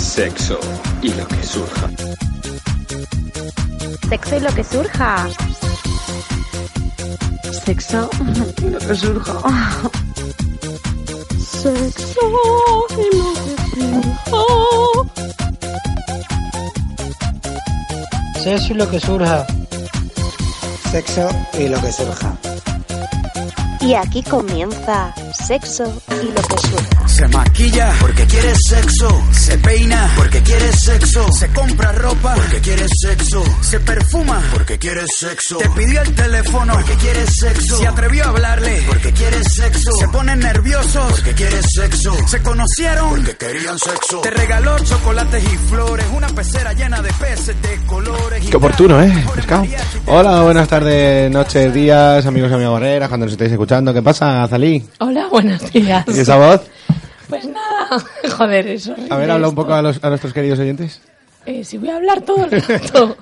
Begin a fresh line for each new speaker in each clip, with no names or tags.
Sexo y lo que surja.
Sexo y lo que surja.
Sexo y lo que surja.
Sexo y lo que surja.
Sexo y lo que surja.
Sexo y lo que surja.
Y aquí comienza Sexo y lo que surja.
Se maquilla porque quiere sexo. Se peina porque quiere sexo. Se compra ropa porque quiere sexo. Se perfuma porque quiere sexo. Te pidió el teléfono porque quiere sexo. Se atrevió a hablarle porque quiere sexo. Se ponen nerviosos porque quiere sexo. Se conocieron porque querían sexo. Te regaló chocolates y flores. Una pecera llena de peces de colores.
Qué oportuno, ¿eh? Pescado. Hola, buenas tardes, noches, días, amigos y amigas barreras, cuando nos estéis escuchando. ¿Qué pasa, Zalí?
Hola, buenos días.
¿Y esa voz?
Pues nada, joder, eso.
A ver, habla un poco a, los- a nuestros queridos oyentes.
Eh, si voy a hablar todo el rato.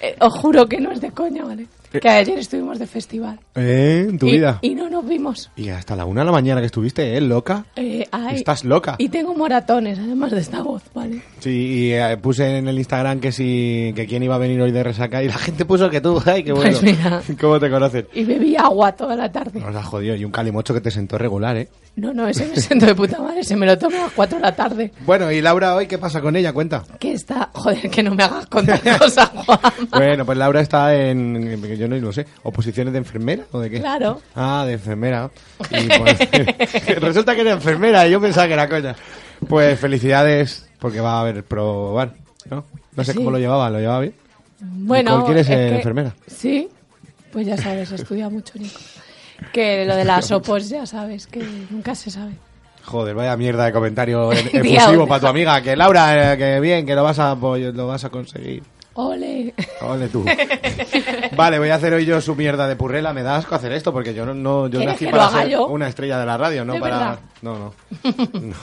Eh, os juro que no es de coña, ¿vale? Que ayer estuvimos de festival.
¿Eh? En tu
Y-
vida.
Y no nos vimos.
Y hasta la una de la mañana que estuviste, ¿eh? ¿Loca?
Eh, ay,
Estás loca.
Y tengo moratones, además de esta voz, ¿vale?
Sí, y eh, puse en el Instagram que si que quién iba a venir hoy de resaca y la gente puso que tú, ay, qué bueno.
Pues mira.
¿Cómo te conocen?
Y bebí agua toda la tarde.
Nos la jodido y un calimocho que te sentó regular, ¿eh?
No, no, ese me siento de puta madre, se me lo tomo a las 4 de la tarde.
Bueno, y Laura hoy, ¿qué pasa con ella? Cuenta.
Que está... Joder, que no me hagas contar cosas, Juanma.
Bueno, pues Laura está en, yo no lo sé, oposiciones de enfermera o de qué.
Claro.
Ah, de enfermera. Y, pues, resulta que era enfermera y yo pensaba que era coña. Pues felicidades porque va a haber probar, ¿no? No sé
Sí.
cómo lo llevaba, ¿lo llevaba bien?
Bueno,
Nicole, ¿quieres
es
ser
que-
enfermera?
Sí, pues ya sabes, estudia mucho, Nico. Que lo de las opos ya sabes, que nunca se sabe.
Joder, vaya mierda de comentario e-
Tía,
efusivo
una-
para tu amiga. Que Laura, eh, que bien, que lo vas a, pues, lo vas a conseguir.
Ole.
Ole tú. vale, voy a hacer hoy yo su mierda de purrela. Me da asco hacer esto porque yo no, no yo
¿Quieres
nací
que
para
lo haga
ser
yo?
una estrella de la radio, no
De
para
verdad.
no no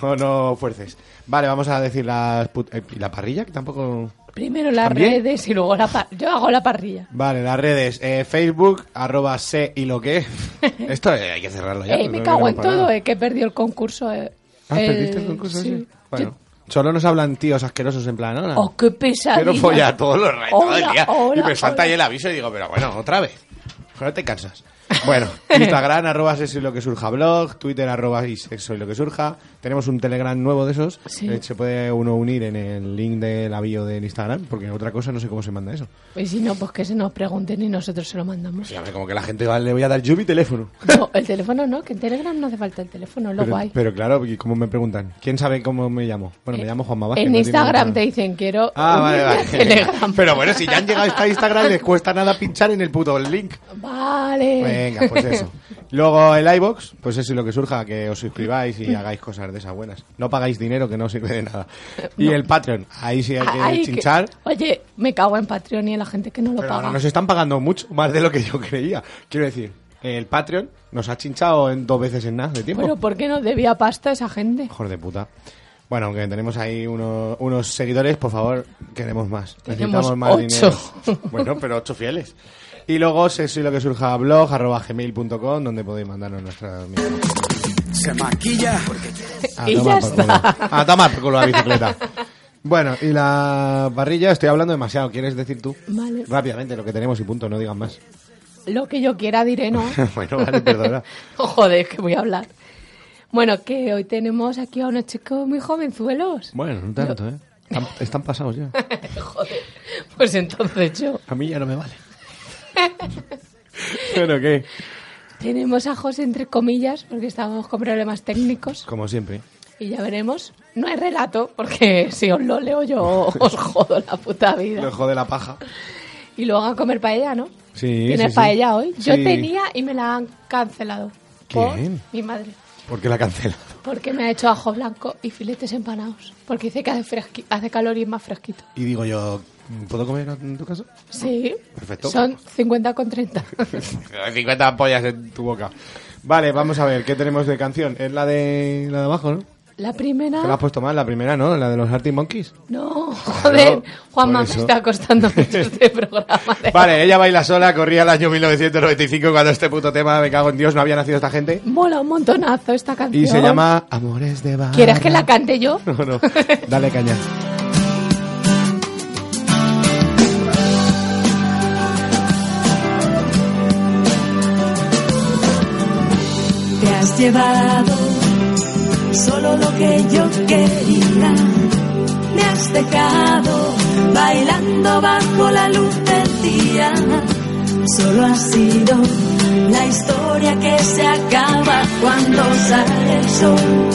no no fuerces. Vale, vamos a decir las put- eh, y la parrilla que tampoco.
Primero las
¿También?
redes y luego la parrilla. Yo hago la parrilla.
Vale, las redes eh, Facebook arroba sé y lo que. Esto eh, hay que cerrarlo ya.
Ey,
no
me
lo
cago
queremos
en
para
todo,
nada.
eh, que he perdido el concurso. eh.
Ah,
El-
perdiste el concurso
sí.
ese? Bueno, solo nos hablan tíos asquerosos en plan. "Hola,
Yo- Oh, qué pesadilla.
Quiero follar todos los rayos, todo el
Hola,
día.
hola,
y me salta
hola.
ahí el aviso y digo, pero bueno, otra vez. Ahora te cansas. Bueno, Instagram, arroba sexo y lo que surja blog, Twitter, arroba y sexo y lo que surja. Tenemos un Telegram nuevo de esos.
Sí.
Eh, Se puede uno unir en el link de la bio del Instagram, porque otra cosa no sé cómo se manda eso.
Y si no, pues que se nos pregunten y nosotros se lo mandamos.
Sí, a ver, como que la gente va, le voy a dar yo mi teléfono.
No, el teléfono no, que en Telegram no hace falta el teléfono, es lo
Pero,
guay. Eh,
pero claro, y como me preguntan, ¿quién sabe cómo me llamo? Bueno, me llamo Juanma Vázquez.
en
no tiene
Instagram
nada.
te dicen quiero
Ah, vale,
unirme a
vale.
Telegram.
Pero bueno, si ya han llegado hasta Instagram, les cuesta nada pinchar en el puto link.
Vale.
Venga, pues eso. Luego el iBox, pues eso es lo que surja, que os suscribáis y hagáis cosas de esas buenas. No pagáis dinero que no os sirve de nada. Y el Patreon, ahí sí hay que
Ay, que-
chinchar.
Oye, me cago en Patreon y en la gente que no lo
Pero
paga.
ahora nos están pagando mucho, más de lo que yo creía. Quiero decir, el Patreon nos ha chinchado en dos veces en nada de tiempo.
Bueno, ¿por qué no debía pasta esa gente?
Joder de puta. Bueno, aunque tenemos ahí uno- unos seguidores, por favor, queremos más.
Tenemos
Necesitamos más
ocho.
dinero. Bueno, pero ocho fieles. Y luego, sexo y lo que surja blog, arroba gmail.com, donde podéis mandarnos nuestra...
Se maquilla porque
A
Y
tomar
ya
por
está.
culo. A tomar por culo la bicicleta. Bueno, y la parrilla, estoy hablando demasiado, ¿quieres decir tú?
Vale.
Rápidamente, lo que tenemos y punto, no digas más.
Lo que yo quiera diré, ¿no? Oh,
Bueno, vale, perdona.
Joder, que voy a hablar. Bueno, que hoy tenemos aquí a unos chicos muy jovenzuelos.
Bueno, no tanto, ¿eh? Están, están pasados ya.
Joder, pues entonces yo.
A mí ya no me vale. Pero qué,
Tenemos a José entre comillas porque estábamos con problemas técnicos
como siempre.
y ya veremos. No hay relato porque si os lo leo yo os jodo la puta vida.
Lo jode la paja.
Y luego a comer paella, ¿no?
Sí,
Tienes
sí, sí.
paella hoy. Yo
Sí.
tenía y me la han cancelado. Por
¿Quién?
mi madre.
¿Por qué la cancela?
Porque me ha hecho ajo blanco y filetes empanados. Porque dice que hace, fresqui- hace calor y es más fresquito.
Y digo yo, ¿puedo comer en tu casa?
Sí.
Perfecto.
Son 50 con 30.
50 pollas en tu boca. Vale, vamos a ver, ¿qué tenemos de canción? Es la de la de abajo, ¿no?
La primera.
¿Te la has puesto mal? La primera, ¿no? La de los Arctic Monkeys.
No, joder. Juanma me
por eso.
está costando mucho este programa. de-
Vale, ella baila sola, corría el año 1995 cuando este puto tema, me cago en Dios, no había nacido esta gente.
Mola un montonazo esta canción.
Y se llama Amores de Barra.
¿Quieres que la cante yo?
No, no, dale caña.
Te has llevado solo lo que yo quería. Me has dejado bailando bajo la luz del día. Solo ha sido la historia que se acaba cuando sale el sol.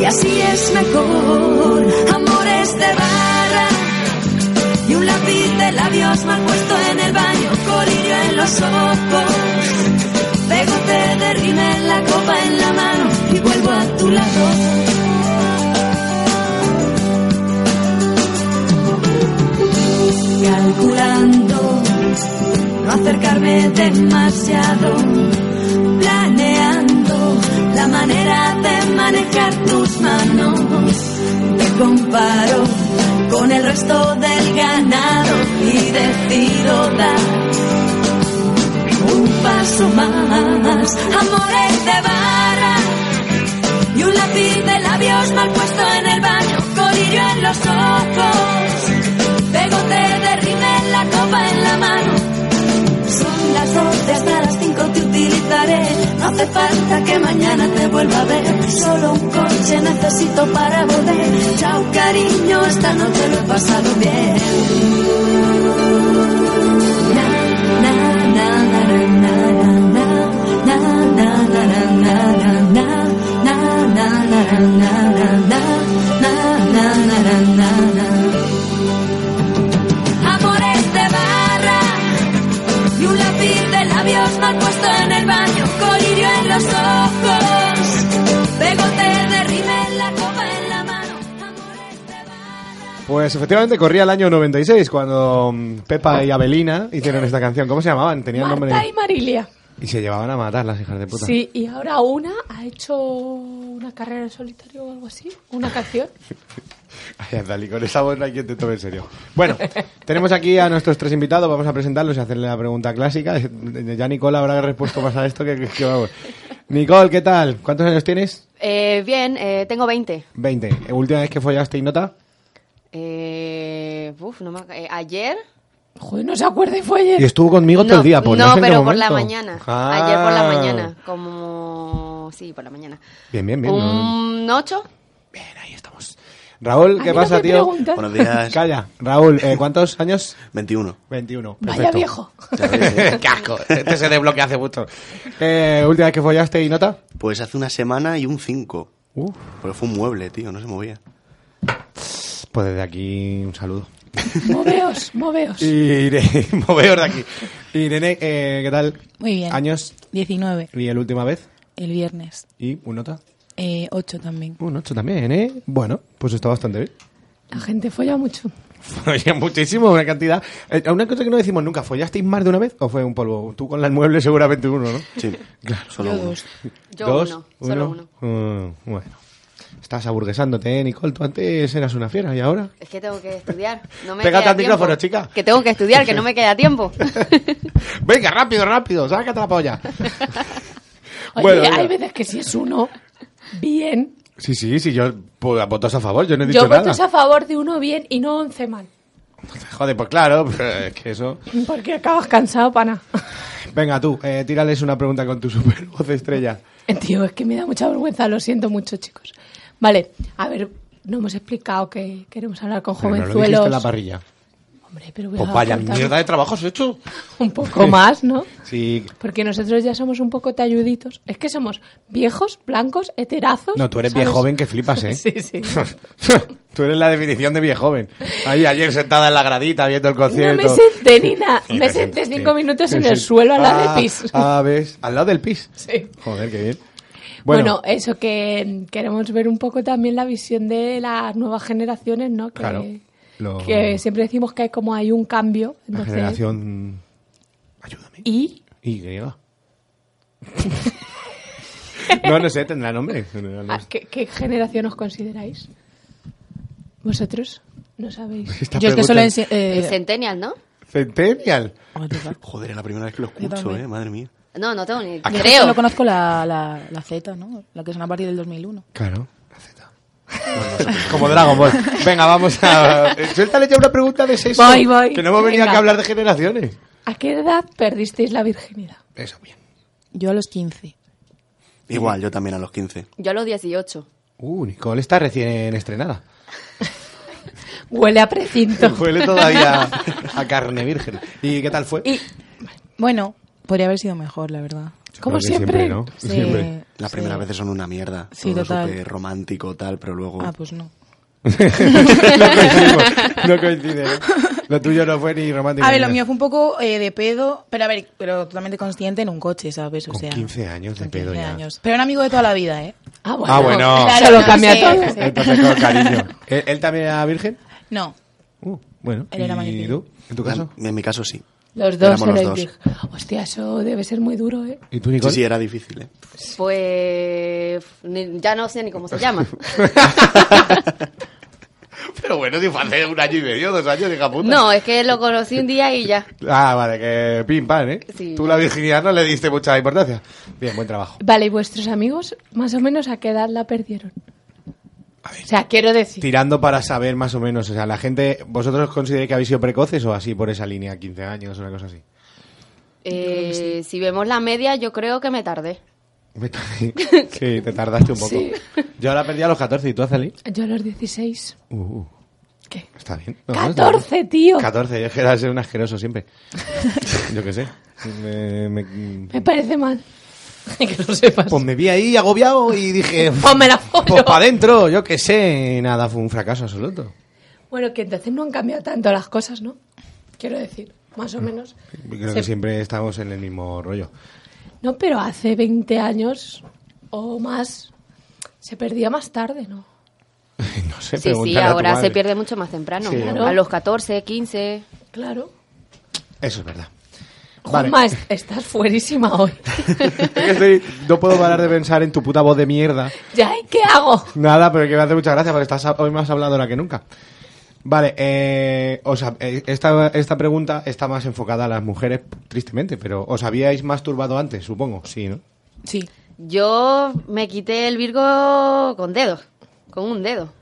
Y así es mejor, amores de barra. Y un lápiz de labios mal puesto en el baño, colirio en los ojos. Luego te derrime la copa en la mano y vuelvo a tu lado. Calculando no acercarme demasiado, planeando la manera de manejar tus manos. Te comparo con el resto del ganado y decido dar un paso más, amores de barra y un lápiz de labios mal puesto en el baño, colillo en los ojos, pegote de rímel, la copa en la mano. Son las 12 hasta las 5 te utilizaré, no hace falta que mañana te vuelva a ver, solo un coche necesito para volver. Chao cariño, esta noche lo he pasado bien. Amores de este barra y un lápiz de labios mal puesto en el baño, colirio en los ojos, pegote de rímel, la copa en la mano. Amores de
Pues efectivamente corría el año 96 cuando mm, Pepa y Abelina hicieron esta canción. ¿Cómo se llamaban? Tenían nombre.
Marta y Marilia.
Y se llevaban a matar las hijas de puta.
Sí, y ahora una ha hecho una carrera en solitario o algo así, una canción.
Ay, Azali, con esa voz no hay quien te tome en serio. Bueno, tenemos aquí a nuestros tres invitados, vamos a presentarlos y hacerle la pregunta clásica. Ya Nicole habrá respuesto más a esto que, que- que vamos. Nicole, ¿qué tal? ¿Cuántos años tienes?
Eh, bien, eh, tengo 20.
20. Eh, ¿Última vez que follaste y nota?
Eh, uf, no me ac- eh, ayer.
Joder, no se acuerda y fue ayer.
Y estuvo conmigo todo
no,
el día, pues.
no,
sé en qué
pero por la
momento.
mañana.
Ah.
Ayer por la mañana. Como. Sí, por la mañana.
Bien, bien, bien. no.
Un 8.
Ahí estamos. Raúl,
A
¿qué
mí no
pasa,
me
tío?
preguntas.
Buenos días.
Calla. Raúl, eh, ¿cuántos años?
21.
21.
Vaya viejo.
Ya ves, ¿eh?
¡Qué asco! Este se desbloquea hace mucho. Eh, ¿Última vez que follaste y nota?
Pues hace una semana y un 5.
Uh,
Porque fue un mueble, tío, no se movía.
pues desde aquí un saludo.
Moveos, moveos.
Irene, moveos de aquí. Irene, eh, ¿qué tal?
Muy bien.
Años
19,
y el última vez.
el viernes.
Y un nota.
Eh, 8 también.
Un 8 también, ¿eh? Bueno, pues está bastante bien.
La gente folla mucho.
Oye, muchísimo, una cantidad. Eh, una cosa que no decimos nunca, ¿follasteis más de una vez o fue un polvo? Tú con la mueble seguramente uno, ¿no?
Sí, claro. Solo uno.
Yo
¿Dos?
uno, solo uno.
Mm, bueno. Estás aburguesándote, ¿eh, Nicole? Tú antes eras una fiera y ahora...
Es que tengo que estudiar. No me
Pégate
queda
al micrófono,
tiempo.
chica.
Que tengo que estudiar, que no me queda tiempo.
Venga, rápido, rápido, sácate la polla.
Oye,
Bueno, venga.
hay veces que si es uno, bien.
Sí, sí, sí, yo pues, votos a favor, yo no he dicho
Yo
nada.
voto a favor de uno bien y no once mal.
Joder, pues claro, es que eso...
Porque acabas cansado, pana.
Venga, tú, eh, tírales una pregunta con tu super voz estrella.
Tío, es que me da mucha vergüenza, lo siento mucho, chicos. Vale, a ver, no hemos explicado que queremos hablar con
Pero no lo
jovenzuelos.
dijiste en la parrilla.
Hombre, pero voy a
Pues vaya
contar
mierda de trabajo has hecho.
un poco más, ¿no?
Sí.
Porque nosotros ya somos un poco talluditos. Es que somos viejos, blancos, heterazos.
No, tú eres
¿sabes?
bien joven que flipas, ¿eh?
Sí, sí.
tú eres la definición de bien joven. Ahí ayer sentada en la gradita viendo el
No
concierto.
me senté, Nina. Me
Sí,
senté
sí.
cinco minutos en
Sí.
el suelo al lado
Ah,
de pis.
Ah, ¿ves? Al lado del pis.
Sí.
Joder, qué bien.
Bueno, eso que mm, queremos ver un poco también la visión de las nuevas generaciones, ¿no? Que,
Claro, lo-
que siempre decimos que hay como hay un cambio.
la
entonces-
generación... Ayúdame.
Y
Y griega. No, no sé, tendrá nombre. No, no
Ah, ¿Qué, qué generación os consideráis? ¿Vosotros? No sabéis.
Esta Yo es que pregunta- solo ense-
eh,
El Centennial, ¿no?
Centennial.
Joder, es la primera vez que lo
Yo
escucho,
también.
eh, madre mía.
No, no tengo ni...
Yo
Aquí-
Creo.
Solo conozco la, la, la Z, ¿no? La que es una partir del 2001.
Claro. Como Dragon Ball. Venga, vamos a. eh, Suéltale ya una pregunta de sexo.
Voy, voy.
Que no hemos venido
Venga.
aquí a hablar de generaciones.
¿A qué edad perdisteis la virginidad?
Eso, bien.
Yo a los 15.
Igual, yo también a los 15.
Yo a los 18.
Uh, Nicole está recién estrenada.
Huele a precinto.
Huele todavía a carne virgen. ¿Y qué tal fue?
Y,
Bueno, podría haber sido mejor, la verdad.
como
que
siempre,
siempre, ¿no?
Sí,
Siempre.
Las
sí.
primeras veces son una mierda.
Sí,
Todo
total.
súper romántico, tal, pero luego...
Ah, pues no.
no coincidimos. No coincide. ¿eh? Lo tuyo no fue ni romántico.
A ver,
ni
lo
nada.
mío fue un poco eh, de pedo, pero a ver, pero totalmente consciente en un coche, ¿sabes? O
Con
sea,
15 años de
con
pedo
15
ya.
años. Pero un amigo de toda la vida, ¿eh?
Ah, bueno.
Ah, bueno.
Claro,
Eso lo
no
cambia
sé,
todo.
sí.
Entonces, con cariño. ¿Él, él también era virgen?
No.
Uh, bueno.
Él era
¿Y
mayor que yo.
tú? ¿En tu caso?
En, en mi caso sí.
Los dos
Éramos los
erais
dos.
virgen. Hostia, eso debe ser muy duro, ¿eh?
¿Y tú,
Sí,
Nicole?
sí, era difícil,
Ah,
¿eh?
Pues... ni- ya no sé ni cómo se llama.
Pero bueno, si fue hace un año y medio, dos años, hija puta.
No, es que lo conocí un día y ya.
Ah, vale, que pim, pam, ¿eh?
Sí.
Tú la virginidad no le diste mucha importancia. Bien, buen trabajo.
Vale, ¿y vuestros amigos más o menos a qué edad la perdieron? O sea, quiero decir...
Tirando para saber más o menos, o sea, la gente, ¿vosotros consideráis que habéis sido precoces o así por esa línea, 15 años o una cosa así?
Eh, Si vemos la media, yo creo que me tardé.
Sí, te tardaste un poco.
Sí.
Yo la perdí a los 14 y tú, Azalí.
Yo a los 16...
Uh,
¿Qué?
está bien. está bien.
14, tío.
14, yo es que era ser un asqueroso siempre. Yo qué sé. Me, me-
Me parece mal. que lo sepas.
Pues me vi ahí agobiado y dije,
Pues me la follo.
pues para adentro, yo qué sé. Nada, fue un fracaso absoluto.
Bueno, que entonces no han cambiado tanto las cosas, ¿no? Quiero decir, más o menos.
Mm. Creo
Se-
que siempre estamos en el mismo rollo.
No, pero hace 20 años o más se perdía más tarde, ¿no?
No sé,
Sí, sí,
pregúntale a tu
ahora se
madre.
pierde mucho más temprano.
Sí,
Claro.
A los 14, 15...
Claro.
Eso es verdad. Vale.
Juanma, es- estás fuerísima hoy.
Es que estoy- no puedo parar de pensar en tu puta voz de mierda.
ya, ¿eh? ¿qué hago?
Nada, pero que me hace mucha gracia porque estás hoy más habladora que nunca. Vale, eh, os ha- eh, esta, esta pregunta está más enfocada a las mujeres, tristemente, pero ¿os habíais masturbado antes, supongo? Sí, ¿no?
Sí.
Yo me quité el Virgo con dedos, con un dedo.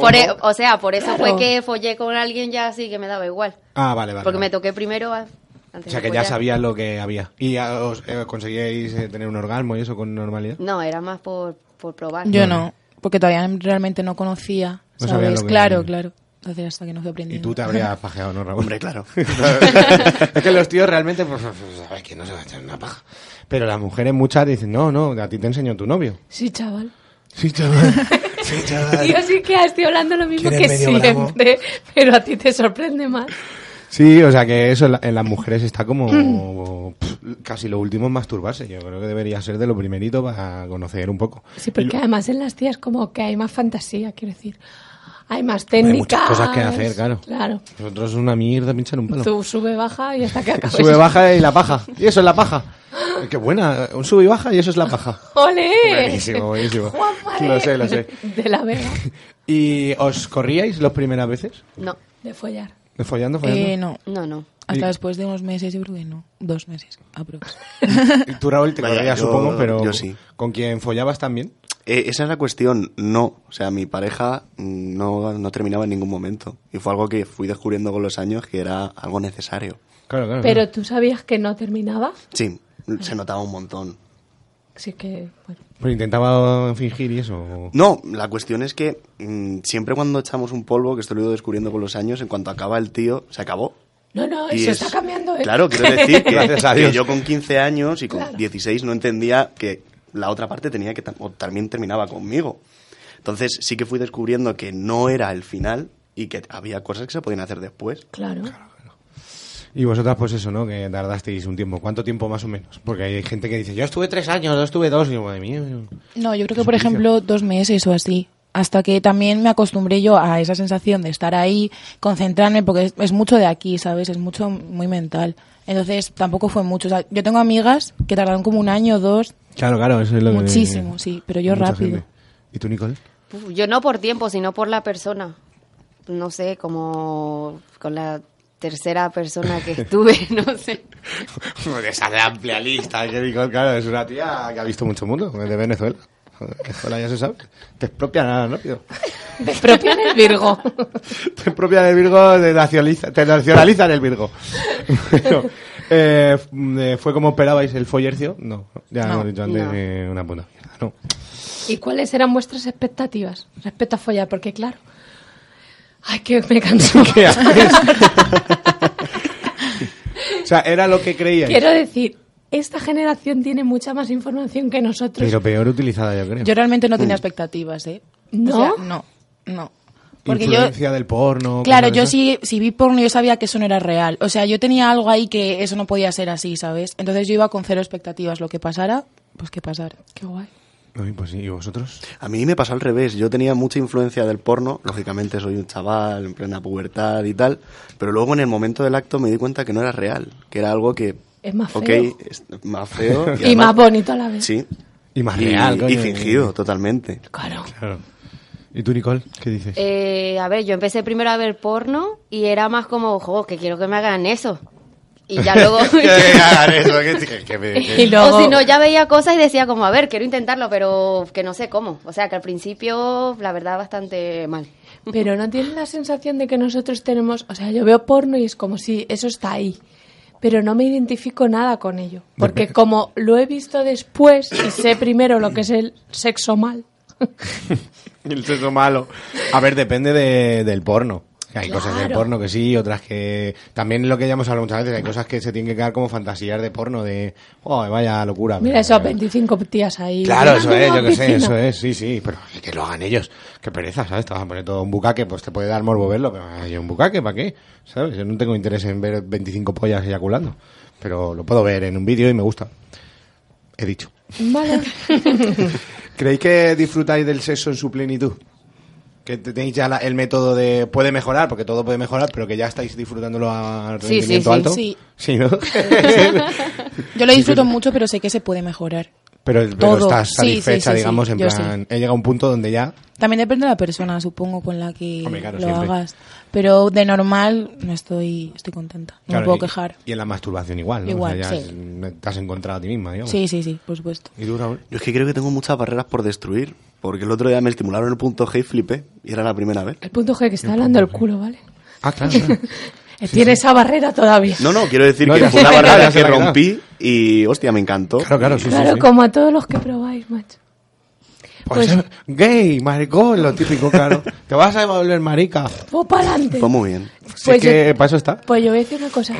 Por e- o sea, por eso
Claro.
fue que follé con alguien ya así que me daba igual.
Ah, vale, vale.
porque
vale.
me toqué primero a- antes
O sea,
de
que ya
follar.
sabías lo que había. ¿Y ah, os eh, conseguíais eh, tener un orgasmo y eso con normalidad?
No, era más por, por probar.
Yo no, porque todavía realmente no conocía,
No sabía
¿sabes?
lo que-
claro, claro. Entonces hasta que no fui aprendiendo.
Y tú te habrías pajeado, ¿no, Raúl?
Hombre, claro.
es que los tíos realmente, pues, sabes que no se va a echar una paja. Pero las mujeres muchas dicen, no, no, a ti te enseñó tu novio.
Sí, chaval.
Sí, chaval. Sí, chaval.
Yo sí que estoy hablando lo mismo que
¿Quieres medio
siempre,
gramo?
pero a ti te sorprende más.
Sí, o sea que eso en, la- en las mujeres está como pff, casi lo último es masturbarse. Yo creo que debería ser de lo primerito para conocer un poco.
Sí, porque además en las tías como que hay más fantasía, quiero decir. Hay más
muchas
técnicas.
cosas que hacer, claro.
Claro.
Nosotros es una mierda, pinchan un palo.
Tú sube, baja y hasta que acabes.
Sube, baja y la paja. Y eso es la paja. Qué buena. Un sube y baja y eso es la paja.
¡Ole!
Buenísimo, buenísimo.
Juanma de-
Lo sé, lo sé.
De la Vega,
¿Y os corríais las primeras veces?
No,
de follar.
¿Follando, follando?
Eh, no,
no, no.
hasta
Y-
después de unos meses yo creo que no, dos meses, aprox.
Y Tú, Raúl, te
Vaya,
corrías,
yo-
supongo, pero
yo sí.
¿con quien follabas también?
Eh, esa es la cuestión, no. O sea, mi pareja mm, no, no terminaba en ningún momento. Y fue algo que fui descubriendo con los años que era algo necesario.
Claro, claro.
Pero tú sabías que no terminaba,
Sí, se notaba un montón.
así que, bueno.
Pero Pues intentaba fingir y eso. o-
No, la cuestión es que mm, siempre cuando echamos un polvo, que esto lo he ido descubriendo con los años, en cuanto acaba el tío, se acabó.
No, no,
Y
Oh, eso
es-
está cambiando, ¿eh?
Claro, quiero decir que,
Gracias a
que
Dios.
yo con 15 años y con
Claro.
16 no entendía que la otra parte tenía que tam- o también terminaba conmigo. Entonces sí que fui descubriendo que no era el final y que había cosas que se podían hacer después.
Claro.
Y vosotras, pues eso, ¿no? Que tardasteis un tiempo. ¿Cuánto tiempo más o menos? Porque hay gente que dice, yo estuve tres años, yo estuve dos. Y yo, madre mía.
No, yo creo que por
Servicio.
ejemplo dos meses o así, hasta que también me acostumbré yo a esa sensación de estar ahí, concentrarme, porque es, es mucho de aquí, ¿sabes? Es mucho muy mental. Entonces tampoco fue mucho. O sea, yo tengo amigas que tardaron como un año o dos.
Claro, claro, eso es lo que...
Muchísimo, sí, pero yo
mucha
rápido.
gente. ¿Y tú, Nicole?
Uf, Yo no por tiempo, sino por la persona. No sé, como con la tercera persona que estuve, no sé.
De esa de amplia lista, que Nicole, claro, es una tía que ha visto mucho mundo, de Venezuela. Joder, Venezuela ya se sabe. Te expropian nada rápido.
Despropian el Virgo.
Te expropian el Virgo, te, nacionaliza- te nacionalizan el Virgo. Bueno, eh, f- eh, ¿Fue como esperabais el follercio? No, ya
No,
hemos dicho antes
no.
que una puta mierda, no.
¿Y cuáles eran vuestras expectativas respecto a follar? Porque claro. Ay, que me canso.
¿Qué haces? o sea, era lo que creíais.
Quiero decir, esta generación tiene mucha más información que nosotros.
Pero peor utilizada, yo creo.
Yo realmente no tenía expectativas, ¿eh?
¿No?
O sea, no, no. Porque yo,
Influencia del porno.
claro,
cosas de
yo
esas.
sí, si vi porno yo sabía que eso no era real. O sea, yo tenía algo ahí que eso no podía ser así, ¿sabes? Entonces yo iba con cero expectativas. Lo que pasara, pues que pasara.
Qué guay.
Ay, pues sí, ¿y vosotros?
A mí me pasó al revés. Yo tenía mucha influencia del porno. Lógicamente soy un chaval en plena pubertad y tal. Pero luego en el momento del acto me di cuenta que no era real. Que era algo que...
Es más
ok,
feo.
es más feo.
Y, más bonito a la vez.
Sí.
Y más
Y-
real, coño.
Y fingido, totalmente.
Claro.
Claro. ¿Y tú, Nicole? ¿Qué dices?
Eh, a ver, yo empecé primero a ver porno y era más como, jo, que quiero que me hagan eso. Y ya luego...
Eh,
Y luego.
O si no, ya veía cosas y decía como, a ver, quiero intentarlo, pero que no sé cómo. O sea, que al principio, la verdad, bastante mal.
Pero no tienes la sensación de que nosotros tenemos, o sea, yo veo porno y es como si eso está ahí, pero no me identifico nada con ello, porque como lo he visto después y sé primero lo que es el sexo mal,
El sexo malo. A ver, depende de- del porno. Que Hay cosas del
Claro.
porno que sí, otras que... También lo que ya hemos hablado muchas veces, hay cosas que se tienen que quedar como fantasías de porno, de... ¡Oh, vaya locura!
mira
pero-
esos 25 tías ahí.
Claro, eso
mirando
es,
una
yo que sé,
piscina.
eso es, sí, sí, pero que lo hagan ellos. Qué pereza, ¿sabes? Te vas a poner todo un bucaque, pues te puede dar morbo verlo, pero hay un bucaque, ¿para qué? ¿Sabes? Yo no tengo interés en ver 25 pollas eyaculando, pero lo puedo ver en un vídeo y me gusta. He dicho.
Vale.
¿Creéis que disfrutáis del sexo en su plenitud? Que te- tenéis ya la- el método de puede mejorar, porque todo puede mejorar, pero que ya estáis disfrutándolo a
Sí, sí,
rendimiento
sí,
alto.
sí.
¿no?
Yo lo disfruto mucho, pero sé que se puede mejorar.
pero, pero
Todo.
estás
Sí, sí,
satisfecha,
sí, sí,
digamos, en
yo sí.
plan, he llegado a un punto donde ya
También depende de la persona, supongo, con la que
Hombre, claro,
lo
siempre.
hagas. Pero de normal no estoy, estoy contenta. No
Claro,
me puedo
y-
quejar.
Y en la masturbación igual, ¿no?
Igual,
O sea, ya
sí.
es- te has encontrado a ti misma, digamos.
Sí, sí, sí, por supuesto.
¿Y tú, Raúl?
Yo es que creo que tengo muchas barreras por destruir. Porque el otro día me estimularon el punto G y flipé. Y era la primera vez.
El punto G que está hablando el culo, ¿vale? Eh,
Ah, claro. claro.
Tiene esa barrera todavía.
No, no, quiero decir
No,
que
ya
fue
se
una
la ha
barrera
quedado,
que
ya se la ha quedado.
rompí y, hostia, me encantó.
claro, claro, sí, sí,
claro,
sí.
como a todos los que probáis, macho.
Pues,
pues-
gay, maricón, lo típico, claro. Te vas a volver marica.
O para adelante.
Fue muy bien.
Si
Pues
es que para eso está.
Pues yo voy a decir una cosa.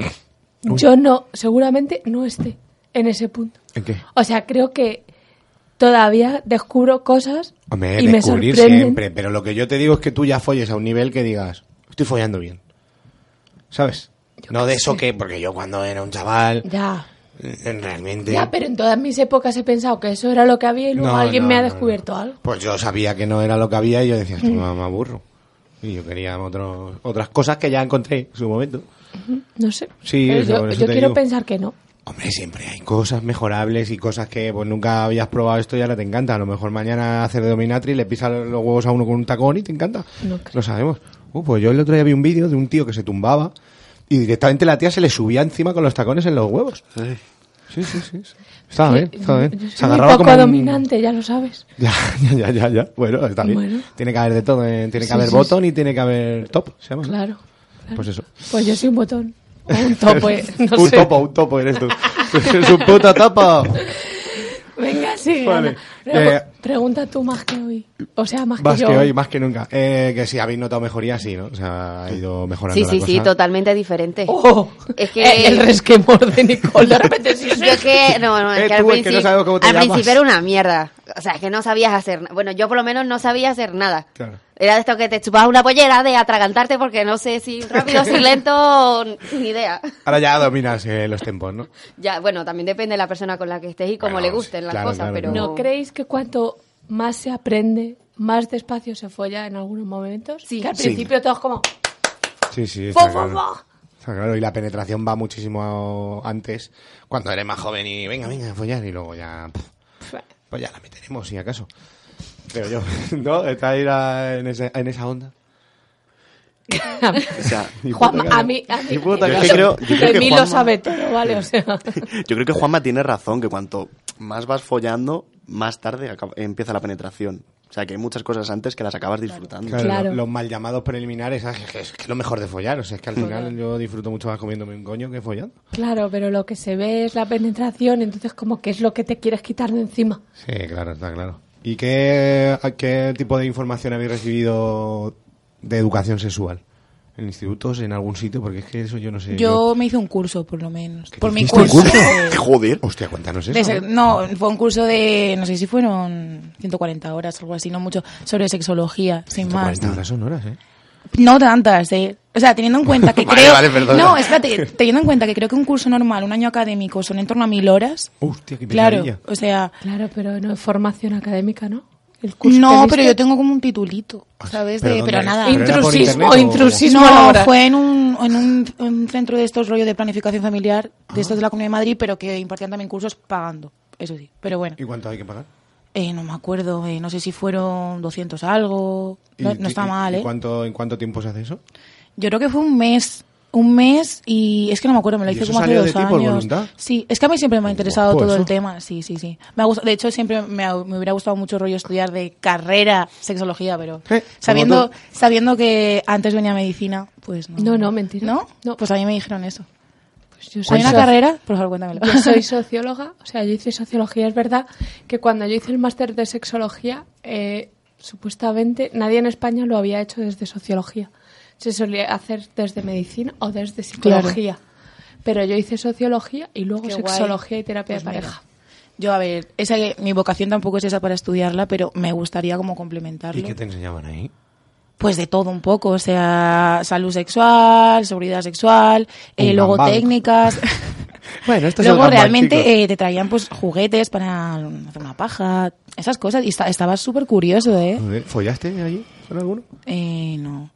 Yo no, seguramente no esté en ese punto.
¿En qué?
O sea, creo que todavía descubro cosas
Hombre,
y me
descubrir
sorprenden.
siempre. Pero lo que yo te digo es que tú ya folles a un nivel que digas, estoy follando bien. ¿Sabes? no de eso que, porque yo cuando era un chaval,
Ya.
eh, realmente...
Ya, pero en todas mis épocas he pensado que eso era lo que había y luego
No,
alguien
no,
me ha
no,
descubierto
no.
algo. Mm.
Pues yo sabía que no era lo que había y yo decía, esto me me aburro. Y yo quería otros otras cosas que ya encontré en su momento.
No sé.
Sí,
Pero
eso,
yo,
por eso
yo
te
quiero
digo.
pensar que no.
Hombre, siempre hay cosas mejorables y cosas que pues, nunca habías probado esto y ahora te encanta. A lo mejor mañana haces de dominatri, le pisas los huevos a uno con un tacón y te encanta.
No creo.
Lo sabemos. Uh, pues yo el otro día vi un vídeo de un tío que se tumbaba y directamente la tía se le subía encima con los tacones en los huevos. Sí, sí, sí. sí. Estaba bien, estaba bien.
Yo soy
Se
muy
agarraba
poco
como un-
dominante, ya lo sabes.
Ya, ya, ya, ya, ya. Bueno, está bien.
Bueno.
Tiene que haber de todo. eh. Tiene que
Sí,
haber
sí,
botón y tiene que haber top. ¿se llama?
Claro. claro.
Pues eso.
Pues yo soy un botón. O un topo, eh, no
un
sé.
topo, un topo eres tú. es un puta topo.
Venga, sí.
Vale. Eh,
pregunta tú más que hoy. O sea, más,
Más
que yo.
que hoy, más que nunca. Eh, que si habéis notado mejoría, sí, ¿no? O sea, ha ido mejorando
Sí,
la
sí,
cosa.
sí, totalmente diferente.
Oh,
Es que-
eh, el resquemor de Nicole de repente sí, sí.
Yo que, no, no, es
Eh,
que al,
tú, el que no
principio,
sabemos cómo te
al
llamas.
principio era una mierda. O sea, es que no sabías hacer nada. Bueno, yo por lo menos no sabía hacer nada.
Claro.
Era de esto que te chupabas una pollera de atragantarte porque no sé si rápido, si lento, ni idea.
Ahora ya dominas eh, los tempos, ¿no?
Ya, bueno, también depende de la persona con la que estés y cómo
Bueno,
le gusten las
claro,
cosas,
claro,
pero...
claro.
¿No creéis que cuanto más se aprende más despacio se folla en algunos momentos. Sí. Que al
Sí.
principio todos como...
Sí, sí,
¡Fo,
está
fo,
claro.
fo!
Está claro, y la penetración va muchísimo antes, cuando eres más joven y venga, venga, a follar, y luego ya... pff, Pues ya la meteremos, si acaso. Creo yo, ¿no? Está ahí la- en, ese- en esa onda.
O sea,
Juanma, a mí... A mí,
Ni puta
Yo
cara.
es que creo- yo creo que
Emil lo
Juanma-
sabe todo, ¿vale? O sea...
Yo creo que Juanma tiene razón, que cuanto más vas follando, más tarde acaba- empieza la penetración. O sea, que hay muchas cosas antes que las acabas disfrutando.
Claro,
Claro.
Los, los mal llamados preliminares, ¿sabes? Que es, que es lo mejor de follar. O sea, es que al final yo disfruto mucho más comiéndome un coño que follando.
Claro, pero lo que se ve es la penetración, entonces como que es lo que te quieres quitar de encima.
Sí, claro, está claro. ¿Y qué, a- qué tipo de información habéis recibido de educación sexual? ¿En institutos? ¿En algún sitio? Porque es que eso yo no sé.
Yo me hice un curso, por lo menos.
¿Qué te
Por mi
hiciste un
curso.
curso?
Joder.
Hostia, cuéntanos eso.
De se-
¿eh?
no, fue un curso de, no sé si fueron 140 horas, algo así, no mucho, sobre sexología, sin más.
140 horas son horas, ¿eh?
No tantas, eh. O sea, teniendo en cuenta que
Vale,
creo...
vale, perdona.
no, espérate, teniendo en cuenta que creo que un curso normal, un año académico, son en torno a mil horas.
Hostia, qué
Claro,
pesadilla.
o sea...
Claro, pero no es formación académica, ¿no? El curso
No,
que
pero
viste-
yo tengo como un titulito, ¿sabes?
Ah, ¿Pero
De,
dónde
pero
es?
nada.
¿Pero era por
Intrusismo,
internet o-
intrusismo.
No,
ahora.
fue en, un, en un, un centro de estos rollo de planificación familiar, de estos de la Comunidad de Madrid, pero que impartían también cursos pagando, eso sí. Pero bueno,
¿Y cuánto hay que pagar?
eh, no me acuerdo, eh, no sé si fueron 200 algo, no,
¿Y-
no está
y-
mal,
y
¿eh?
cuánto, ¿En cuánto tiempo se hace eso?
Yo creo que fue un mes, un mes y es que no me acuerdo, me lo
¿Y
hice
eso
como hace
salió
dos
de ti
años.
por voluntad?
Sí, es que a mí siempre me ha interesado
Guapo
todo
eso.
el tema, sí, sí, sí. Me ha gustado, de hecho siempre me, ha- me hubiera gustado mucho rollo estudiar de carrera sexología, pero
Eh,
sabiendo
como
sabiendo que antes venía medicina, pues no.
No, no, mentira.
¿No?
No.
Pues a mí me dijeron eso.
Pues yo soy
¿Hay una
soci-
carrera? Por favor, cuéntamelo.
Yo soy socióloga, o sea, yo hice sociología. Es verdad que cuando yo hice el máster de sexología, eh, supuestamente nadie en España lo había hecho desde sociología. Se solía hacer desde medicina o desde psicología. Pero yo hice sociología y luego
Qué guay.
sexología y terapia
Pues
de
mira.
pareja.
Yo, a ver, esa, que- mi vocación tampoco es esa para estudiarla, pero me gustaría como complementarlo.
¿Y qué te enseñaban ahí?
Pues de todo un poco, o sea, salud sexual, seguridad sexual, eh,
Un
luego
gambán.
técnicas.
Bueno, esto es
luego
el gambán, chicos.
realmente eh, te traían pues juguetes para hacer una paja, esas cosas. Y esta- estaba súper curioso, ¿eh?
Joder, ¿Follaste allí con alguno?
Eh, no.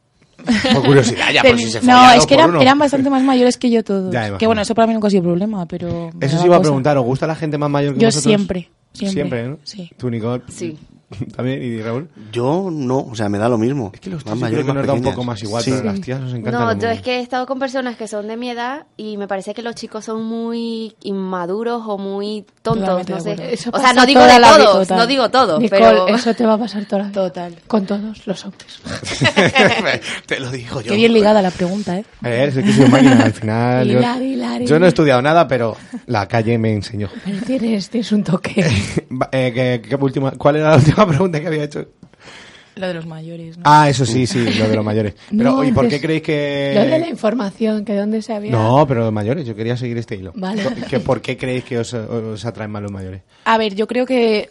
Por curiosidad, Ah, ya, por
Ten-
si se
no,
follaba
es que
por
eran,
uno.
eran bastante más mayores que yo todos.
Ya, imagino.
que bueno, eso para mí nunca ha sido problema, pero... me
Eso
daba
sí iba a
cosa.
preguntar, ¿os gusta la gente más mayor que
Yo
vosotros?
siempre, siempre,
¿no?
sí.
¿Tú, Nicole?
Sí.
¿También? ¿Y Raúl?
Yo no, o sea, me da lo mismo.
Es que
Más
los tíos yo
mayores,
creo que
más
nos da un
pequeñas.
poco más igual,
Sí.
pero a las tías nos encanta.
No,
como-
yo es que he estado con personas que son de mi edad y me parece que los chicos son muy inmaduros o muy tontos,
Totalmente
no
de
sé.
acuerdo.
Eso
o sea,
pasa
no digo
toda
de
la vida,
todos,
total.
no digo todo,
Nicole,
pero
eso te va a pasar toda la vida.
Total.
Con todos los hombres.
Te lo digo yo.
Qué bien ligada la pregunta, ¿eh?
A ver, soy que soy máquina, al final. yo,
Hilar, hilar,
yo no he
hilar.
estudiado nada, pero la calle me enseñó.
Pero tienes, tienes un toque.
Va, eh, ¿qué- qué última- ¿Cuál era la última pregunta que había hecho?
Lo de los mayores, ¿no?
Ah, eso sí, sí, lo de los mayores. Pero,
No,
¿y por qué
antes-
creéis que.?
Lo de la información, que dónde se había...
Eh, No, pero los mayores, yo quería seguir este hilo.
Vale.
¿Que ¿Por qué creéis que os, os atraen más los mayores?
A ver, yo creo que.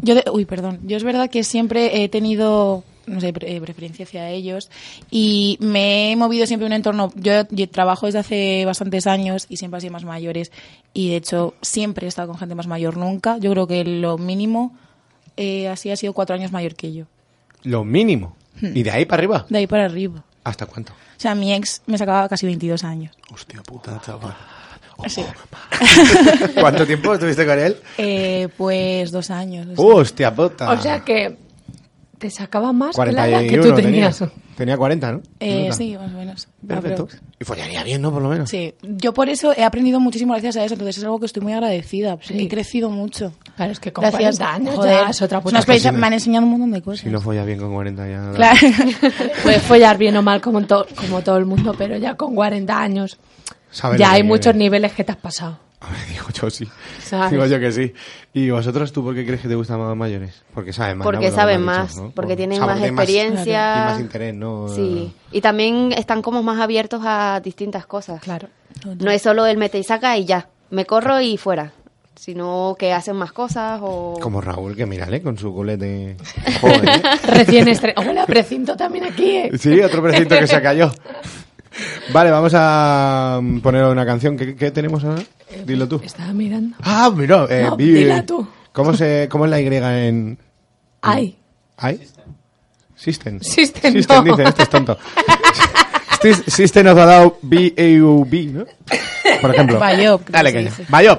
Yo de- uy, perdón. Yo es verdad que siempre he tenido no sé, pre- eh, preferencia hacia ellos y me he movido siempre en un entorno. Yo, yo trabajo desde hace bastantes años y siempre he sido más mayores y de hecho siempre he estado con gente más mayor nunca. Yo creo que lo mínimo eh, así ha sido cuatro años mayor que yo.
Lo mínimo. ¿Y de ahí para arriba?
De ahí para arriba.
¿Hasta cuánto?
O sea, mi ex me sacaba casi 22 años.
Hostia puta, chaval.
Sí.
¿Cuánto tiempo estuviste con él?
Eh, pues dos años. o sea.
Hostia puta.
O sea que te sacaba más que la edad
41
que tú
tenía.
tenías.
Tenía 40, ¿no?
Eh,
Nota.
sí, más o menos.
Perfecto.
Aprox.
Y follaría bien, ¿no? Por lo menos.
Sí, yo por eso he aprendido muchísimo gracias a eso, entonces es algo que estoy muy agradecida, porque
Sí.
he crecido mucho.
Claro, es que con
gracias,
40 años
joder,
ya es otra
una
puta
experiencia-
cosa.
Me han enseñado un montón de cosas.
Si no follas bien con 40 ya...
claro.
cosa. Puedes follar bien o mal como, to- como todo el mundo, pero ya con 40 años
Sabes lo
ya
que
hay
viene.
muchos niveles que te has pasado.
A ver, digo yo sí.
¿Sabes?
Digo yo que sí. ¿Y vosotros tú por qué crees que te gustan más los mayores? Porque saben más.
porque
¿no? Por lo que
saben
me has
más,
dicho, ¿no?
porque
Por-
tienen
o sea,
más
porque hay
experiencia.
y más interés, ¿no?
Sí, y también están como más abiertos a distintas cosas.
Claro.
No es solo el mete y saca y ya, me corro y fuera, sino que hacen más cosas o...
Como Raúl, que mírale con su culete. Joder. ¿eh?
Recién estrenado. Hola, precinto también aquí, ¿eh?
Sí, otro precinto que se cayó. Vale, vamos a mm, poner una canción. ¿Qué, qué tenemos ahora? Dilo tú.
Estaba mirando.
Ah, mira. eh,
No,
vi-
dila tú.
¿Cómo, se, ¿Cómo es la Y en...?
Ay.
¿Hay? System.
System,
System,
no.
dice, este es tonto. Sys- System nos ha dado B-A-U-B, ¿no? Por ejemplo.
Bayop, creo
Dale,
que se
caña.
dice.
Bayop.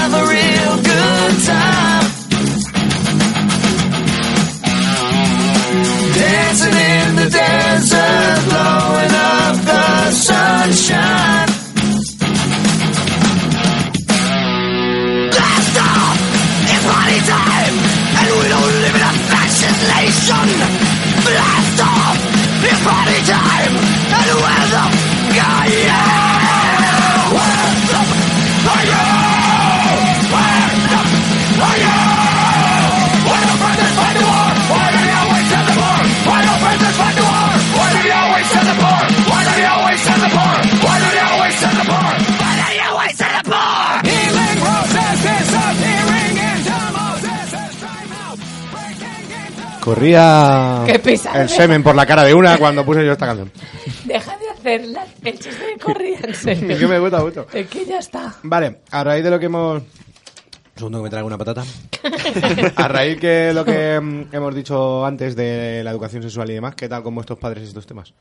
a real good time. Dancing in the desert, blowing up the sunshine. Blast off! It's party time, and we don't live in a fashion nation. Blast off! It's party time, and where the guy Where the are you? Where the are you? Why don't friends fight the war? Why do you always send the poor? Why don't friends fight the war? Why do you always send the poor? Why do you always send the poor? Why do you always send the poor? Why do you always send the poor? Healing roses disappearing into Moses' time out. Breaking into
Corría
Qué pesado. eh.
el semen por la cara de una cuando puse yo esta canción.
Deja de hacer la- el chiste de corrida, en serio.
Es que me gusta mucho.
Es que ya está.
Vale, a raíz de lo que hemos... Un segundo que me traigo una patata. a raíz que lo que mm, hemos dicho antes de la educación sexual y demás, ¿qué tal con vuestros padres estos temas?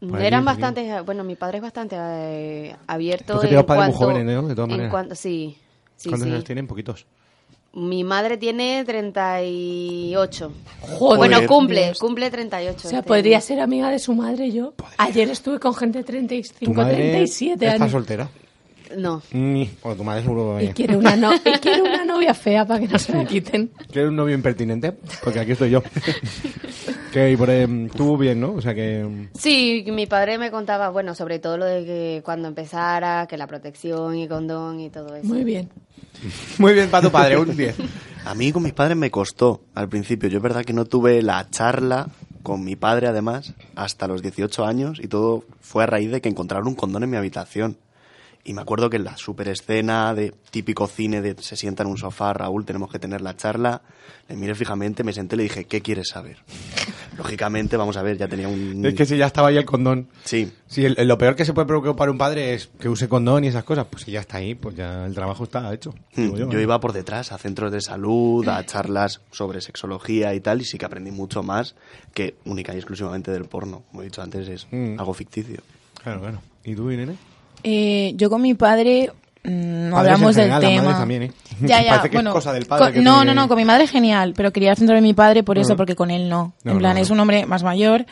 Por ahí,
Eran
por aquí.
bastante, bueno, mi padre es bastante eh, abierto.
Porque
en
tenemos padres muy
cuanto-
jóvenes, ¿no? De todas
en
maneras.
cuanto- sí, sí,
¿Cuántos
sí.
años tienen? Poquitos.
Mi madre tiene 38.
Pues
Joder.
Bueno, cumple,
Dios.
cumple 38.
O sea,
este
podría
año.
ser amiga de su madre yo. Ayer estuve con gente de 35,
¿Tu madre
37
está
años.
soltera?
No.
Mm, O tu madre seguro que va
Y
a venir.
quiere, una no- y quiere una novia fea para que no se la quiten.
¿Quieres un novio impertinente? Porque aquí estoy yo. que y por, em, tú bien, ¿no? O sea que... mm,
Sí, mi padre me contaba, bueno, sobre todo lo de que cuando empezara, que la protección y condón y todo eso.
Muy bien.
Muy bien para tu padre, un 10.
A mí con mis padres me costó al principio. Yo es verdad que no tuve la charla con mi padre, además, hasta los 18 años y todo fue a raíz de que encontraron un condón en mi habitación. Y me acuerdo que en la super escena de típico cine de se sienta en un sofá, Raúl, tenemos que tener la charla, le miré fijamente, me senté y le dije, ¿qué quieres saber? Lógicamente, vamos a ver, ya tenía un...
Es que si ya estaba ahí el condón.
Sí,
Si el- lo peor que se puede preocupar un padre es que use condón y esas cosas, pues si ya está ahí, pues ya el trabajo está hecho.
Hmm,
digo ¿eh?
Yo
¿no?
iba por detrás a centros de salud, a charlas sobre sexología y tal, y sí que aprendí mucho más que única y exclusivamente del porno. Como he dicho antes, es
Mm.
algo ficticio.
Claro, claro. ¿Y tú, Irene?
Eh, yo con mi padre mm, no
Padres en
hablamos
general, las
del tema.
madres también, ¿eh?
Ya, ya.
Parece que es
bueno,
cosa del padre
con-
que
no,
tiene-
no, no, con mi madre genial, pero quería centrarme en mi padre por eso,
Ajá.
porque con él no.
No,
en plan,
no, no.
es un hombre más mayor,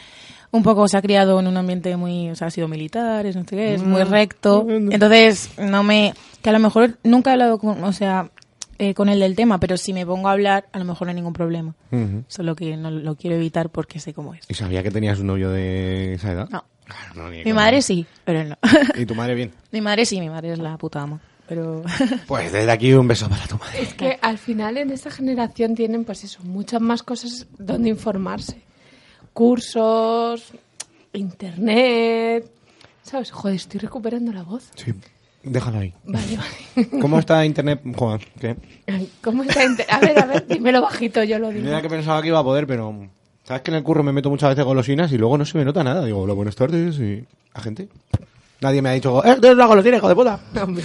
un poco se ha criado en un ambiente muy, o sea, ha sido militar, es no sé
Mm.
qué, es muy recto. Entonces, no me, que a lo mejor nunca he hablado con, o sea, eh, con él del tema, pero si me pongo a hablar, a lo mejor no hay ningún problema.
Ujú.
Solo que no lo quiero evitar porque sé cómo es.
¿Y sabía que tenías un novio de esa edad?
No.
Claro, no, ni de
Mi
coña.
madre sí, pero él no.
¿Y tu madre bien?
mi madre sí, mi madre es la puta ama. Pero
Pues desde aquí un beso para tu madre.
Es que al final en esta generación tienen pues eso, muchas más cosas donde informarse. Cursos, internet. ¿Sabes? Joder, estoy recuperando la voz.
Sí, déjalo ahí.
Vale, vale.
¿Cómo está internet, Juan? ¿Qué?
Ay, ¿Cómo está? inter- A ver, a ver, dímelo bajito, yo lo digo.
Mira que pensaba que iba a poder, pero... ¿Sabes que en el curro me meto muchas veces golosinas y luego no se me nota nada? Digo, hola, buenas tardes y... ¿A gente? Nadie me ha dicho, ¡eh, eres una golosina, hijo de puta!
Hombre.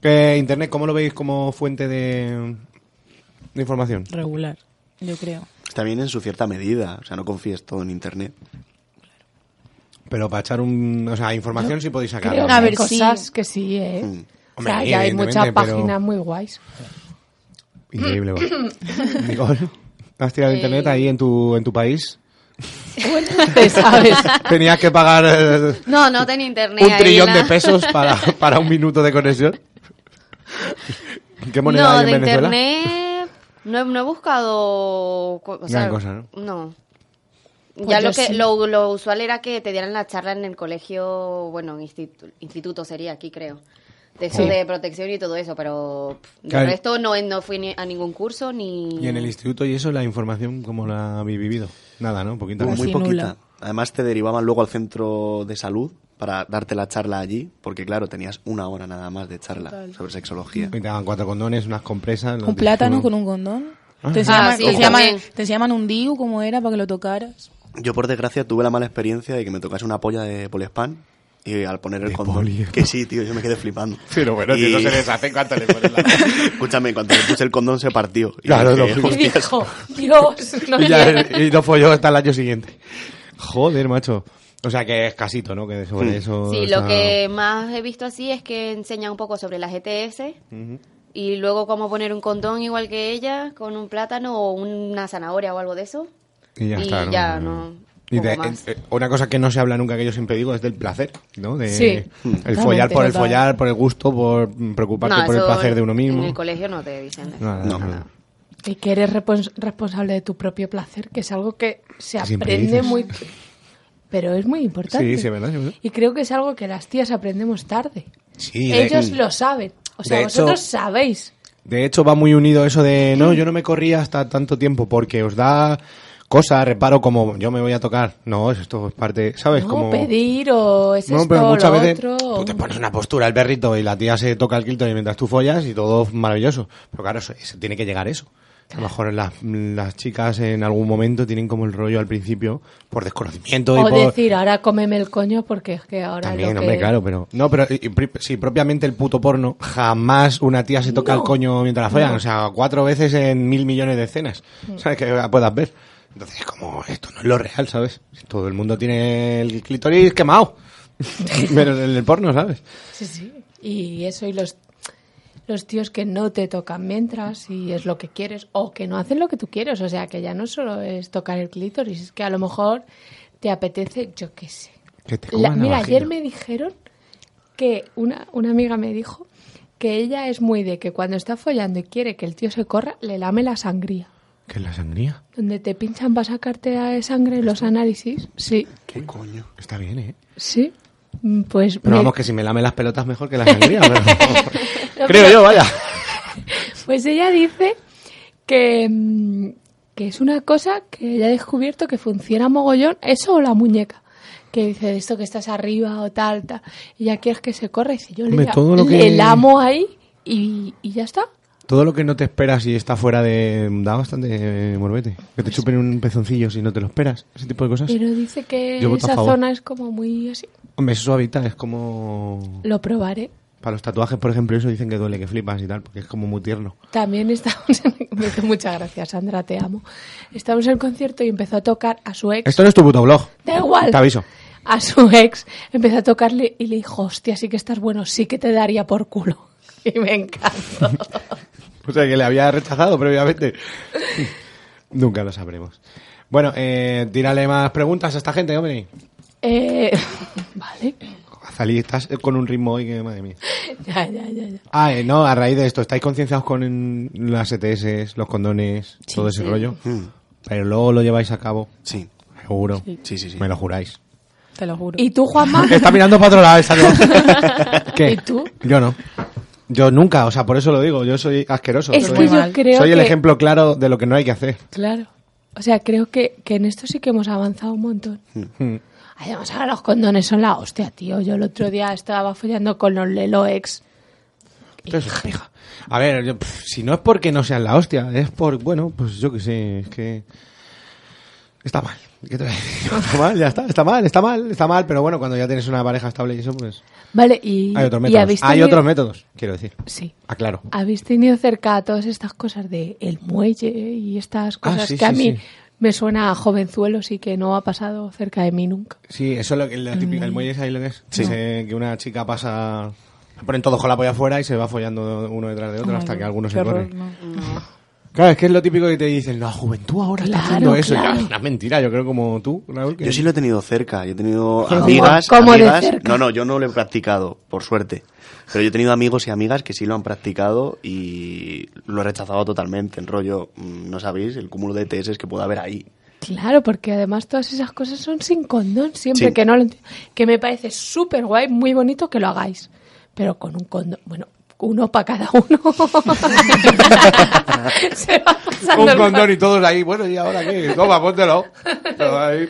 Que internet, ¿cómo lo veis como fuente de, de información?
regular, yo creo.
También en su cierta medida, o sea, no confíes todo en internet.
Pero para echar un... O sea, información sí podéis sacar.
Creo
A
que hay
ver, sí.
cosas que sí, ¿eh?
Mm.
O sea, ya
Hombre,
hay
evidentemente,
muchas
pero-
páginas muy guays.
Increíble, va. Nicole, ¿has tirado internet ahí en tu, en tu país?
Bueno, te sabes.
Tenías que pagar eh,
No, no tenía internet.
un
ahí
trillón
en
de
la-
pesos para, para un minuto de conexión. ¿Qué moneda
no,
hay en
de
Venezuela?
internet no he, no he buscado... co- O sea,
Gran cosa, ¿no?
No.
Pues
ya
yo
lo, que,
sí.
lo, lo usual era que te dieran la charla en el colegio, bueno, en instituto, instituto sería aquí, creo. De eso
Sí.
de protección y todo eso, pero pff, de
Claro.
resto no, no fui ni a ningún curso ni...
Y en el instituto y eso, la información, ¿cómo la habéis vivido? Nada, ¿no? Poquita
Hubo
cosa.
muy
Sí,
poquita.
nula.
Además te derivaban luego al centro de salud para darte la charla allí, porque claro, tenías una hora nada más de charla sobre sexología.
Y te daban cuatro condones, unas compresas... los
Un
de-
plátano con un condón.
Ah.
Te
Ah,
llaman,
sí,
te llaman-
también.
te llaman un diu, como era, para que lo tocaras.
Yo por desgracia tuve la mala experiencia de que me tocase una polla de poliespan y al poner el
De
condón...
poli.
Que sí, tío, yo me quedé flipando.
Pero bueno, si
Y-
no se deshace, ¿cuánto le pones la...
Escúchame, cuando le puse el condón se partió. Y
Claro,
dije,
Y
no.
"Hostias".
dijo, Dios, no
y, ya,
quiero".
y no folló hasta el año siguiente. Joder, macho. O sea, que es casito, ¿no? Que sobre
Mm.
eso...
Sí, lo
está-
que más he visto así es que enseña un poco sobre la GTS y luego cómo poner un condón igual que ella con un plátano o una zanahoria o algo de eso.
Y ya
Y
está.
ya, no,
Y
poco
de-
más.
eh, una cosa que no se habla nunca, que yo siempre digo, es del placer, ¿no? De
Sí,
El
totalmente,
follar por el
total.
follar, por el gusto, por mm, preocuparte
No,
por el
eso
placer de uno mismo.
En el colegio no te dicen eso.
Nada,
No.
nada.
Y que eres repons- responsable de tu propio placer, que es algo que se
Siempre
aprende
dices.
muy... Pero es muy importante.
Sí, sí, es verdad, sí, es verdad.
Y creo que es algo que las tías aprendemos tarde.
Sí, de-
Ellos lo saben. O sea,
de hecho-
vosotros sabéis.
De hecho, va muy unido eso de no, yo no me corría hasta tanto tiempo porque os da cosa, reparo, como yo me voy a tocar. No, esto es parte, ¿sabes?
No,
como
pedir o es
No,
esto
pero
o
muchas
lo
veces
otro.
tú
o-
te pones una postura el perrito y la tía se toca el quilto y mientras tú follas y todo maravilloso. Pero claro, eso, eso tiene que llegar eso. A lo mejor las, las chicas en algún momento tienen como el rollo al principio por desconocimiento y
O
por...
decir, ahora cómeme el coño porque es que ahora
También,
lo que...
hombre, claro, pero... No, pero y- y pri- si propiamente el puto porno, jamás una tía se toca el coño mientras la follan. O sea, cuatro veces en mil millones de escenas,
Mm.
¿sabes? Que la puedas ver. Entonces, como esto no es lo real, ¿sabes? Todo el mundo tiene el clítoris quemado. Menos el del porno, ¿sabes?
Sí, sí. Y eso y los, los tíos que no te tocan mientras y es lo que quieres o que no hacen lo que tú quieres. O sea, que ya no solo es tocar el clítoris, es que a lo mejor te apetece, yo qué sé.
Que te
La-
coman la
mira,
vagina.
ayer me dijeron que una, una amiga me dijo que ella es muy de que cuando está follando y quiere que el tío se corra, le lame la sangría.
¿Qué es la sangría?
Donde te pinchan para sacarte la de sangre los análisis. Sí,
¿Qué coño?
Está bien, ¿eh?
sí. Mm, Pues
Pero
me-
vamos, que si me lame las pelotas mejor que la sangría. pero-
No,
Creo
pero-
yo, vaya.
Pues ella dice que, mm, que es una cosa que ella ha descubierto que funciona mogollón, eso o la muñeca. Que dice esto que estás arriba o tal, tal. Y ya quieres que se corra. Y dice, yo le,
Hombre, todo lo
le
que-
lamo ahí y, y ya está.
Todo lo que no te esperas y está fuera de... Da bastante eh, morbete. Que te chupen un pezoncillo si no te lo esperas. Ese tipo de cosas.
Pero dice que
Yo voto a
esa
favor.
zona es como muy así.
Hombre, eso suavita. Es como...
Lo probaré.
Para los tatuajes, por ejemplo, eso dicen que duele, que flipas y tal. Porque es como muy tierno.
También estamos en... me dice, Muchas gracias, Sandra, te amo. Estamos en el concierto y empezó a tocar a su ex.
Esto no es tu puto blog.
Da igual.
Te aviso.
A su ex empezó a tocarle y le dijo, hostia, sí que estás bueno, sí que te daría por culo. Y me encantó.
O sea, que le había rechazado previamente. Nunca lo sabremos. Bueno, eh, tírale más preguntas a esta gente, hombre.
Eh, vale.
Salí, estás con un ritmo hoy que, madre mía.
Ya, ya, ya, ya.
Ah, eh, no, a raíz de esto, ¿estáis concienciados con las ETS, los condones, todo ese rollo?
Mm.
Pero luego lo lleváis a cabo.
Sí.
Seguro.
Sí, sí, sí.
Me lo juráis.
Te lo juro.
¿Y tú, Juanma?
Está mirando para otro lado esta no. ¿Qué?
¿Y tú?
Yo no. Yo nunca, o sea, por eso lo digo, yo soy asqueroso.
Es
soy
que
yo
soy
creo
el
que-
ejemplo claro de lo que no hay que hacer.
Claro. O sea, creo que, que en esto sí que hemos avanzado un montón.
Hmm.
Además, ahora los condones son la hostia, tío. Yo el otro día estaba follando con los Lelo ex.
Entonces, pija. A ver, yo, pff, si no es porque no sean la hostia, es por, bueno, pues yo qué sé, es que está mal. ¿Qué te voy a decir? Está mal, ya está, está mal, está mal, está mal, pero bueno, cuando ya tienes una pareja estable y eso, pues
Vale, y.
hay otros
y
métodos.
habéis
Hay
tenido- Ah.
otros métodos, quiero decir.
Sí.
Aclaro.
¿Habéis tenido cerca a todas estas cosas de el muelle y estas cosas
Ah, sí,
que a
sí,
mí
sí.
me suena a jovenzuelos y que no ha pasado cerca de mí nunca?
Sí, eso es lo que la típica-
Mm.
el muelle es ahí lo que es. Dice que una chica pasa, la ponen todos con la polla afuera y se va follando uno detrás de otro hasta que algunos
algunos
se corren.
Mm.
Claro, es que es lo típico que te dicen, la juventud ahora está
Claro,
haciendo eso.
claro.
Ya, es una mentira, yo creo como tú, Raúl. que-
Yo sí lo he tenido cerca, yo he tenido
¿Cómo?
amigas,
¿Cómo de
amigas-
cerca?
No, no, yo no lo he practicado, por suerte. Pero yo he tenido amigos y amigas que sí lo han practicado y lo he rechazado totalmente. En rollo, mm, no sabéis el cúmulo de ETS que puede haber ahí. Pues
Claro, porque además todas esas cosas son sin condón, siempre
Sí.
que no lo enti- que me parece súper guay, muy bonito que lo hagáis, pero con un condón, bueno, uno para cada uno. Se va pasando
un
el
condón y todos ahí, bueno, ¿y ahora qué? Toma, póntelo. Pero ahí-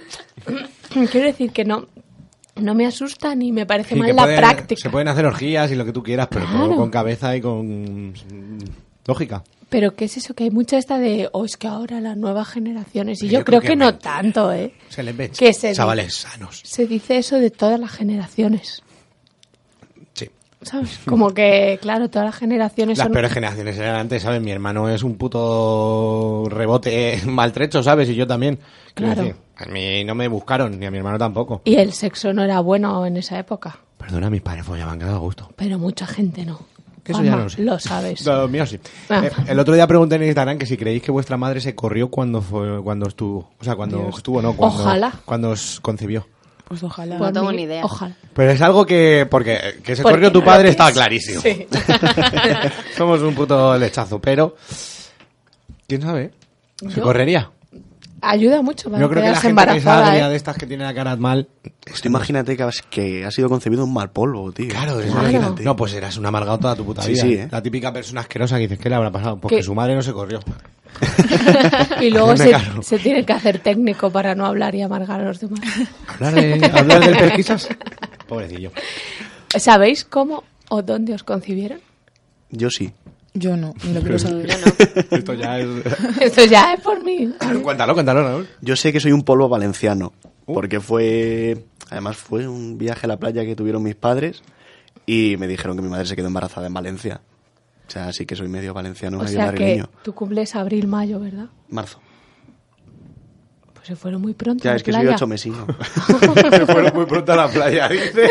Quiero decir que no no me asusta ni me parece
Sí, que
mal la
pueden-
práctica,
Se pueden hacer orgías y lo que tú quieras, pero todo
Claro.
con cabeza y con mm, lógica.
pero qué es eso que hay mucha esta de, oh, es que ahora las nuevas generaciones y
Pero
yo,
yo
creo, que,
creo que
no
mente.
tanto, ¿eh?
Se les ve.
Que se
Chavales sanos.
Se dice eso de todas las generaciones.
Sí.
¿Sabes? Como que, claro, todas las generaciones
Las
son
peores generaciones eran antes, ¿sabes? Mi hermano es un puto rebote maltrecho, ¿sabes? Y yo también. Quiero
Claro.
decir, a mí no me buscaron, ni a mi hermano tampoco.
Y el sexo no era bueno en esa época,
Perdona, mis padres follaban que daba gusto.
pero mucha gente no.
Eso
Juanma,
ya no lo sé.
sabes.
No, mío sí.
Ah.
Eh, el otro día pregunté en Instagram que si creéis que vuestra madre se corrió cuando fue, cuando estuvo. O sea, cuando estuvo, no. Cuando,
Ojalá.
Cuando os concebió.
Pues ojalá.
Por
No tengo
mí,
ni idea.
Ojalá.
Pero es algo que. Porque que se
Porque
corrió tu
no
padre
lo
estaba
pienso.
clarísimo.
Sí.
Somos un puto lechazo, pero. ¿Quién sabe? Se
Yo-
correría.
Ayuda mucho para
Yo creo que la
quedarse
gente que se
embarazada.
agria
¿eh?
de estas que tiene la cara mal.
Pues tú imagínate que, has- que ha sido concebido un mal polvo, tío.
Claro,
Pues
eso
imagínate.
No, pues eras un amargado toda tu puta
Sí,
vida.
sí, ¿eh?
La típica persona asquerosa que dices, ¿qué le habrá pasado? Porque
¿Qué?
su madre no se corrió.
Y luego
Me
se,
cago.
se tiene que hacer técnico para no hablar y amargar a los demás.
Hablar, de, hablar del pesquisas. Pobrecillo.
¿Sabéis cómo o dónde os concibieron?
Yo sí.
Yo no, ni lo quiero saber.
Esto ya es.
Esto ya es por mí.
Ah,
cuéntalo, cuéntalo, Raúl.
Yo sé que soy un polvo valenciano, porque fue, además fue un viaje a la playa que tuvieron mis padres y me dijeron que mi madre se quedó embarazada en Valencia. O sea, sí que soy medio valenciano,
O
medio
sea que
madrileño.
tú cumples abril-mayo, ¿verdad?
Marzo.
Pues se fueron muy pronto. a
Ya,
la
es que soy
playa. Ah,
ocho mesino.
Se fueron muy pronto a la playa, dice.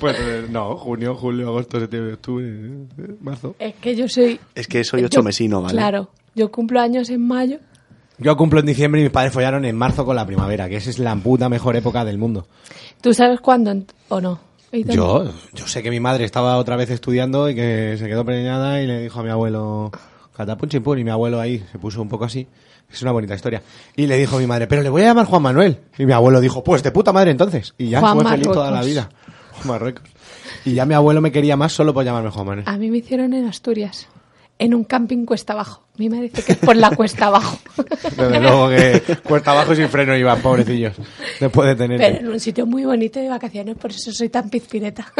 pues eh, no, junio, julio, agosto, septiembre, octubre, eh, marzo.
Es que yo soy...
es que soy
yo-
ocho mesino, ¿vale?
Claro. Yo cumplo años en mayo.
Yo cumplo en diciembre y mis padres follaron en marzo con la primavera, que esa es la puta mejor época del mundo.
¿Tú sabes cuándo ent- o no? ¿Y dónde?
Yo, yo sé que mi madre estaba otra vez estudiando y que se quedó preñada y le dijo a mi abuelo, catapunchimpun, y mi abuelo ahí se puso un poco así. Es una bonita historia. Y le dijo a mi madre, pero le voy a llamar Juan Manuel. Y mi abuelo dijo, pues de puta madre entonces. Y ya
Juan
fue feliz toda la
Marruecos.
vida. Juan Marruecos. Y ya mi abuelo me quería más solo por llamarme Juan Manuel.
A mí me hicieron en Asturias, en un camping cuesta abajo. Mi madre dice que es por la cuesta abajo.
Desde luego que cuesta abajo sin freno iban, pobrecillos. Después de tener...
Pero en un sitio muy bonito de vacaciones, por eso soy tan pizpireta.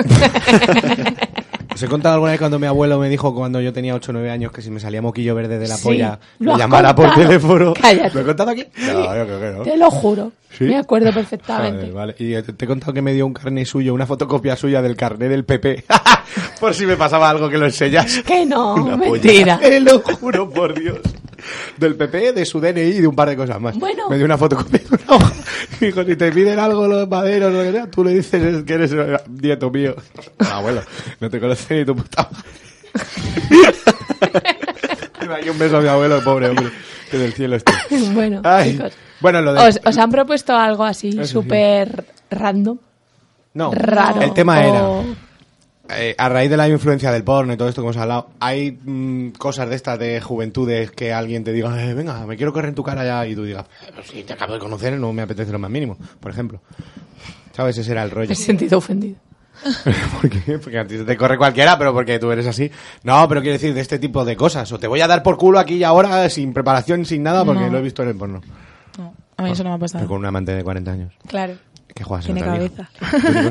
¿Os he contado alguna vez cuando mi abuelo me dijo cuando yo tenía 8 o 9 años que si me salía moquillo verde de la
Sí,
polla,
lo
me
has
llamara por
contado.
teléfono?
Cállate.
¿Lo he contado aquí? No, yo creo que no.
Te lo juro.
¿Sí?
Me acuerdo
Joder,
perfectamente.
vale. Y eh, te, te he contado que me dio un carné suyo, una fotocopia suya del carné del PP. por si me pasaba algo que lo enseñas.
que no,
Una polla.
mentira.
Te lo juro, por Dios. Del PP, de su DNI y de un par de cosas más.
Bueno.
Me dio una fotocopia de una hoja. Y dijo, si te piden algo los maderos, lo que sea, tú le dices que eres eh, nieto mío. No, abuelo, no te conoce ni tu puta madre. Y un beso a mi abuelo, pobre hombre, que del cielo esté.
Bueno,
Ay.
chicos.
Bueno, lo de...
¿Os, os han propuesto algo así
Eso sí.
súper random?
No,
raro.
el tema era...
o-
eh, a raíz de la influencia del porno y todo esto que hemos hablado, hay mm, cosas de estas de juventudes que alguien te diga, "Eh, venga, me quiero correr en tu cara ya, y tú digas, "Pero si te acabo de conocer, no me apetece lo más mínimo, por ejemplo. ¿Sabes? Ese era el rollo.
Me he sentido ofendido.
¿Por qué? Porque a ti te corre cualquiera, pero porque tú eres así. No, pero quiero decir, de este tipo de cosas. O te voy a dar por culo aquí y ahora, sin preparación, sin nada, porque
No.
lo he visto en el porno.
No, a mí eso no me ha pasado.
Pero con un amante de 40 años.
Claro.
Que juegas en
Tiene
otra
cabeza.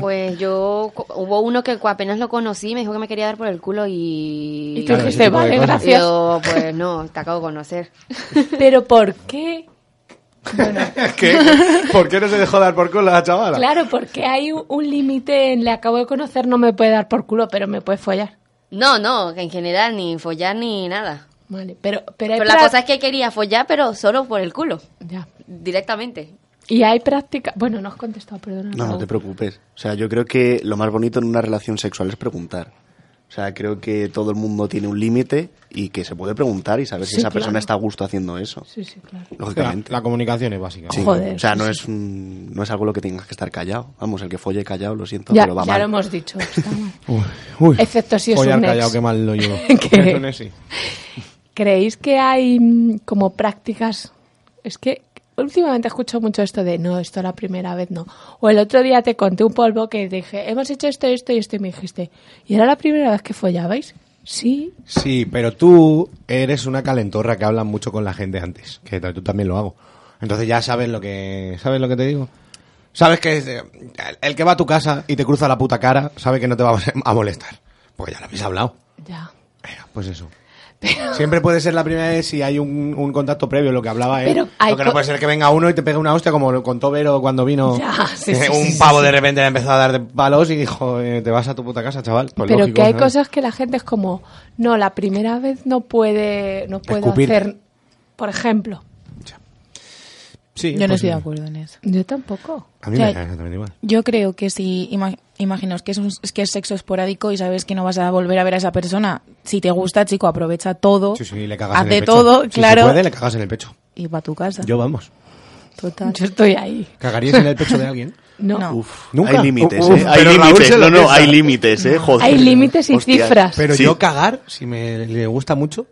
Pues yo, co- hubo uno que cu- apenas lo conocí, me dijo que me quería dar por el culo y...
Y tú
Claro, ese
dijiste,
tipo de
vale,
cosas.
gracias.
Yo, pues no, te acabo de conocer.
Pero ¿por qué?
liga. ¿Qué? ¿Por qué no se dejó dar por culo la chavala?
Claro, porque hay un, un límite en le acabo de conocer, no me puede dar por culo, pero me puede follar.
No, no, que en general ni follar ni nada.
Vale, pero, pero, hay
Pero la
pra-
cosa es que quería follar, pero solo por el culo,
Ya.
directamente.
Y hay práctica... Bueno, no has contestado, perdona.
No, no
Raúl.
te preocupes. O sea, yo creo que lo más bonito en una relación sexual es preguntar. O sea, creo que todo el mundo tiene un límite y que se puede preguntar y saber si
Sí,
esa
claro.
persona está a gusto haciendo eso.
Sí, sí, claro.
La,
Lógicamente.
la comunicación es básica.
Sí.
Joder,
o sea,
sí,
no
sí.
es, un- no es algo lo que tengas que estar callado. Vamos, el que folle callado, lo siento,
Ya,
pero va
ya
mal.
lo hemos dicho. está mal.
Uy, uy.
Excepto si es
Follar
un ex.
callado, que mal lo llevo.
¿Qué?
Es un ex, sí.
¿Creéis que hay mm, como prácticas? Es que últimamente escucho mucho esto de no, esto la primera vez no. O el otro día te conté un polvo que dije, hemos hecho esto, esto y esto, y me dijiste, ¿y era la primera vez que follabais? Sí.
Sí, pero tú eres una calentorra que habla mucho con la gente antes, que t- tú también lo hago. Entonces ya sabes lo que sabes lo que te digo. Sabes que es de- el- el que va a tu casa y te cruza la puta cara sabe que no te va a molestar, porque ya lo habéis hablado.
Ya.
Venga, Pues eso. Siempre puede ser la primera vez si hay un, un contacto previo, lo que hablaba él.
Pero hay
lo que no
co-
puede ser que venga uno y te pegue una hostia, como lo contó Vero cuando vino.
Ya, sí, sí, sí,
Eh, un
sí,
pavo
sí.
de repente le empezó a dar de palos y dijo: eh, Te vas a tu puta casa, chaval. Pues
Pero
lógico,
que hay
¿sabes?
cosas que la gente es como, no, la primera vez no puede, no puedo
Escupir.
hacer, por ejemplo.
Sí,
Yo no
pues
estoy de
sí.
acuerdo en eso.
Yo tampoco.
A
O
mí
sea,
me da exactamente igual.
Yo creo que si ima- imaginaos que es, un- es que es sexo esporádico y sabes que no vas a volver a ver a esa persona, si te gusta, chico, aprovecha todo,
Sí, sí, le cagas
haz
en
de
el pecho.
todo,
Si
claro,
se puede, le cagas en el pecho.
y para tu casa.
Yo, vamos.
Total.
Yo estoy ahí.
¿Cagarías en el pecho de alguien?
No.
No.
Uf,
Nunca.
Hay límites,
Uf,
¿eh? Hay
pero Raúl
límites.
se
No,
lo
no,
piensa.
hay límites, ¿eh? Joder.
Hay límites y
Hostia.
cifras.
Pero
Sí.
yo cagar, si me le gusta mucho.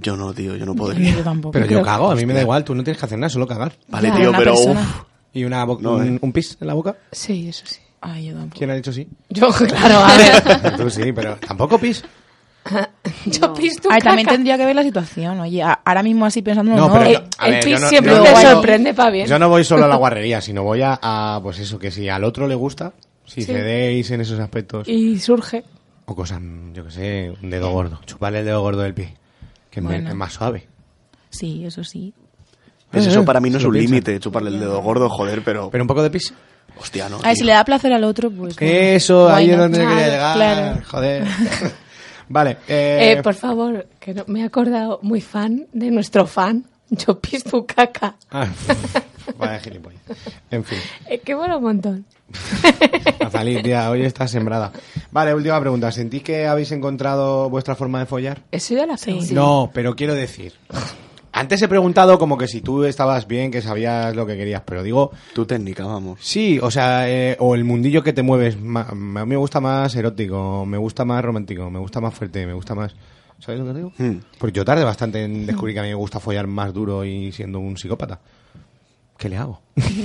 Yo no, tío, yo no podría.
Yo tampoco.
Pero yo
Creo-
cago, a mí me da igual. Tú no tienes que hacer nada, solo cagar.
Vale,
Ya,
tío,
una
pero
persona.
uf,
¿Y una bo-
No,
un,
eh.
un pis en la boca?
Sí, eso sí.
Ay, yo tampoco.
¿Quién ha dicho sí?
Yo, claro, a ver.
Tú sí, pero tampoco pis.
Yo pisto
Ay, también
caca.
tendría que ver la situación, oye, a- ahora mismo así pensando, no,
No, pero
eh,
yo- a
El
ver, yo
pis
no-
siempre
yo
te
no-
sorprende para bien.
Yo no voy solo a la guarrería, sino voy a, a, pues eso, que si al otro le gusta, si cedéis en esos aspectos.
Y surge.
O cosas, yo que sé, un dedo gordo. Chuparle el dedo gordo del pie, que es me-
Bueno.
es más suave.
Sí, eso sí.
pues
Eh,
eso
eh,
para mí no
se
es
lo
un
piensa.
límite, chuparle el dedo gordo, joder, pero...
Pero un poco de pis.
Hostia, no,
A ver,
tío.
si le da placer al otro, pues... bueno,
Eso, ahí
why
es
not?
donde quería
Claro,
llegar.
Claro.
Joder. vale. Eh,
Eh, por favor, que no, me he acordado muy fan de nuestro fan. Yo pisto caca.
ah, vaya gilipollas. En fin.
Es Eh, que bueno un montón.
Azalí, tía, hoy está sembrada. Vale, última pregunta. ¿Sentís que habéis encontrado vuestra forma de follar?
Eso ya la sé.
No, pero quiero decir. Antes he preguntado como que si tú estabas bien, que sabías lo que querías, pero digo,
Tu técnica, vamos.
Sí, o sea, eh, o el mundillo que te mueves. ma- A mí me gusta más erótico, me gusta más romántico, me gusta más fuerte, me gusta más. ¿Sabes lo que digo?
Hmm.
Porque yo tardé bastante en descubrir que a mí me gusta follar más duro y siendo un psicópata. ¿Qué le hago?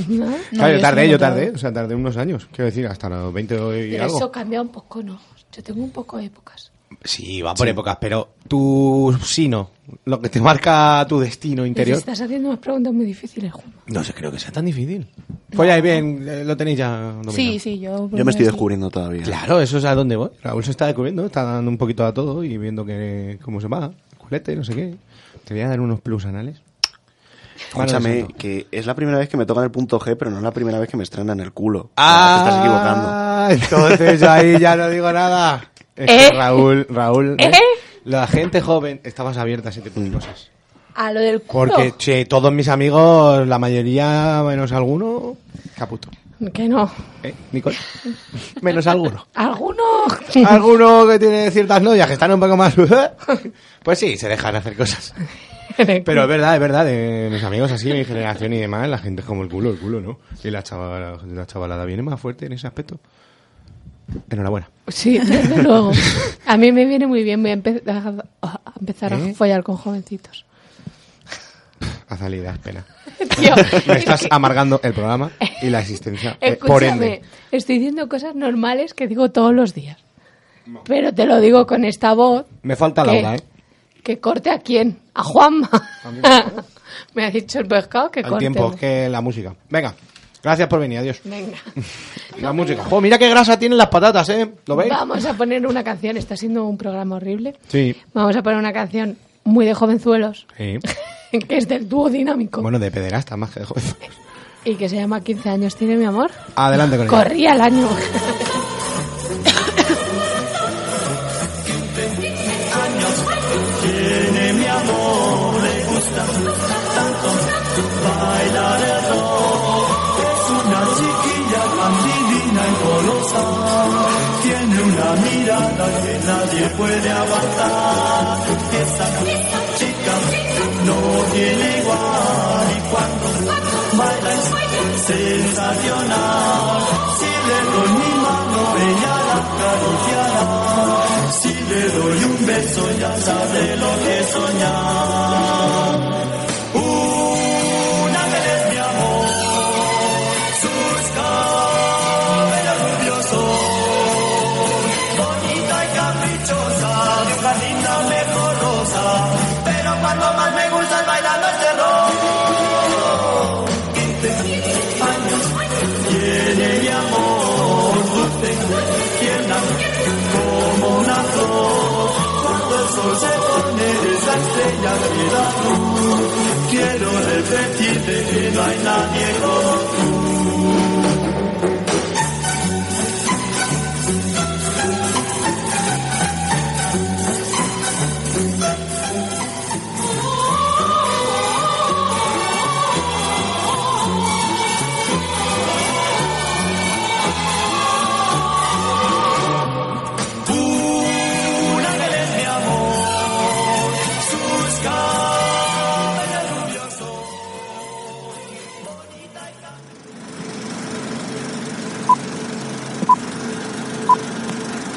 No,
Claro, yo
yo
tardé,
sí,
yo
no
tardé,
tardo.
o sea, tardé unos años. Quiero decir, hasta los 20 y
Pero
algo.
eso cambia un poco, ¿no? Yo tengo un poco de épocas.
Sí, va por épocas, pero tu sino, lo que te marca tu destino
Te
interior.
estás haciendo unas preguntas muy difíciles, Juan.
No sé, creo que sea tan difícil. Folláis bien, eh, lo tenéis ya dominado.
Sí, sí, yo...
Yo me estoy
sí.
descubriendo todavía.
Claro, eso es a dónde voy. Raúl se está descubriendo, está dando un poquito a todo y viendo que cómo se va, culete, no sé qué. Te voy a dar unos plus anales. Mano de
Escúchame,
santo.
que es la primera vez que me tocan el punto G, pero no es la primera vez que me estrenan el culo. O sea,
Ah, te estás Ah, equivocando. Entonces yo ahí ya no digo nada. Es que
¿Eh?
Raúl, Raúl, ¿eh?
¿Eh?
la gente joven estabas abierta a ese tipo de cosas.
A lo del culo.
Porque che, todos mis amigos, la mayoría menos alguno, caputo.
Que no.
¿Eh, Nicole? Menos alguno.
Algunos.
Alguno que tiene ciertas novias que están un poco más... ¿eh? Pues sí, se dejan hacer cosas. Pero es verdad, es verdad, de mis amigos así, de mi generación y demás, la gente es como el culo, el culo, ¿no? Y la chavalada, la chavalada viene más fuerte en ese aspecto. Enhorabuena.
Sí, desde luego. A mí me viene muy bien. Voy a empe- a a empezar
¿Eh?
a follar con jovencitos.
A salir, das pena.
Tío,
Me estás amargando el programa y la existencia. eh, por
Escúchame,
ende.
estoy diciendo cosas normales que digo todos los días. Pero te lo digo con esta voz.
Me falta
¿Qué?
Laura, ¿eh?
¿Que corte a quién? ¿A Juanma? Me ha dicho el pescado que
El
corte.
tiempo, es que la música. Venga, gracias por venir, adiós.
Venga,
La música. Jo, mira qué grasa tienen las patatas, ¿eh? ¿Lo veis?
vamos a poner una canción. Está siendo un programa horrible.
Sí.
Vamos a poner una canción muy de jovenzuelos,
Sí.
que es del dúo dinámico
Bueno, de pederasta más que de joven.
y que se llama 15 años tiene mi amor.
Adelante con ella.
Corría el año.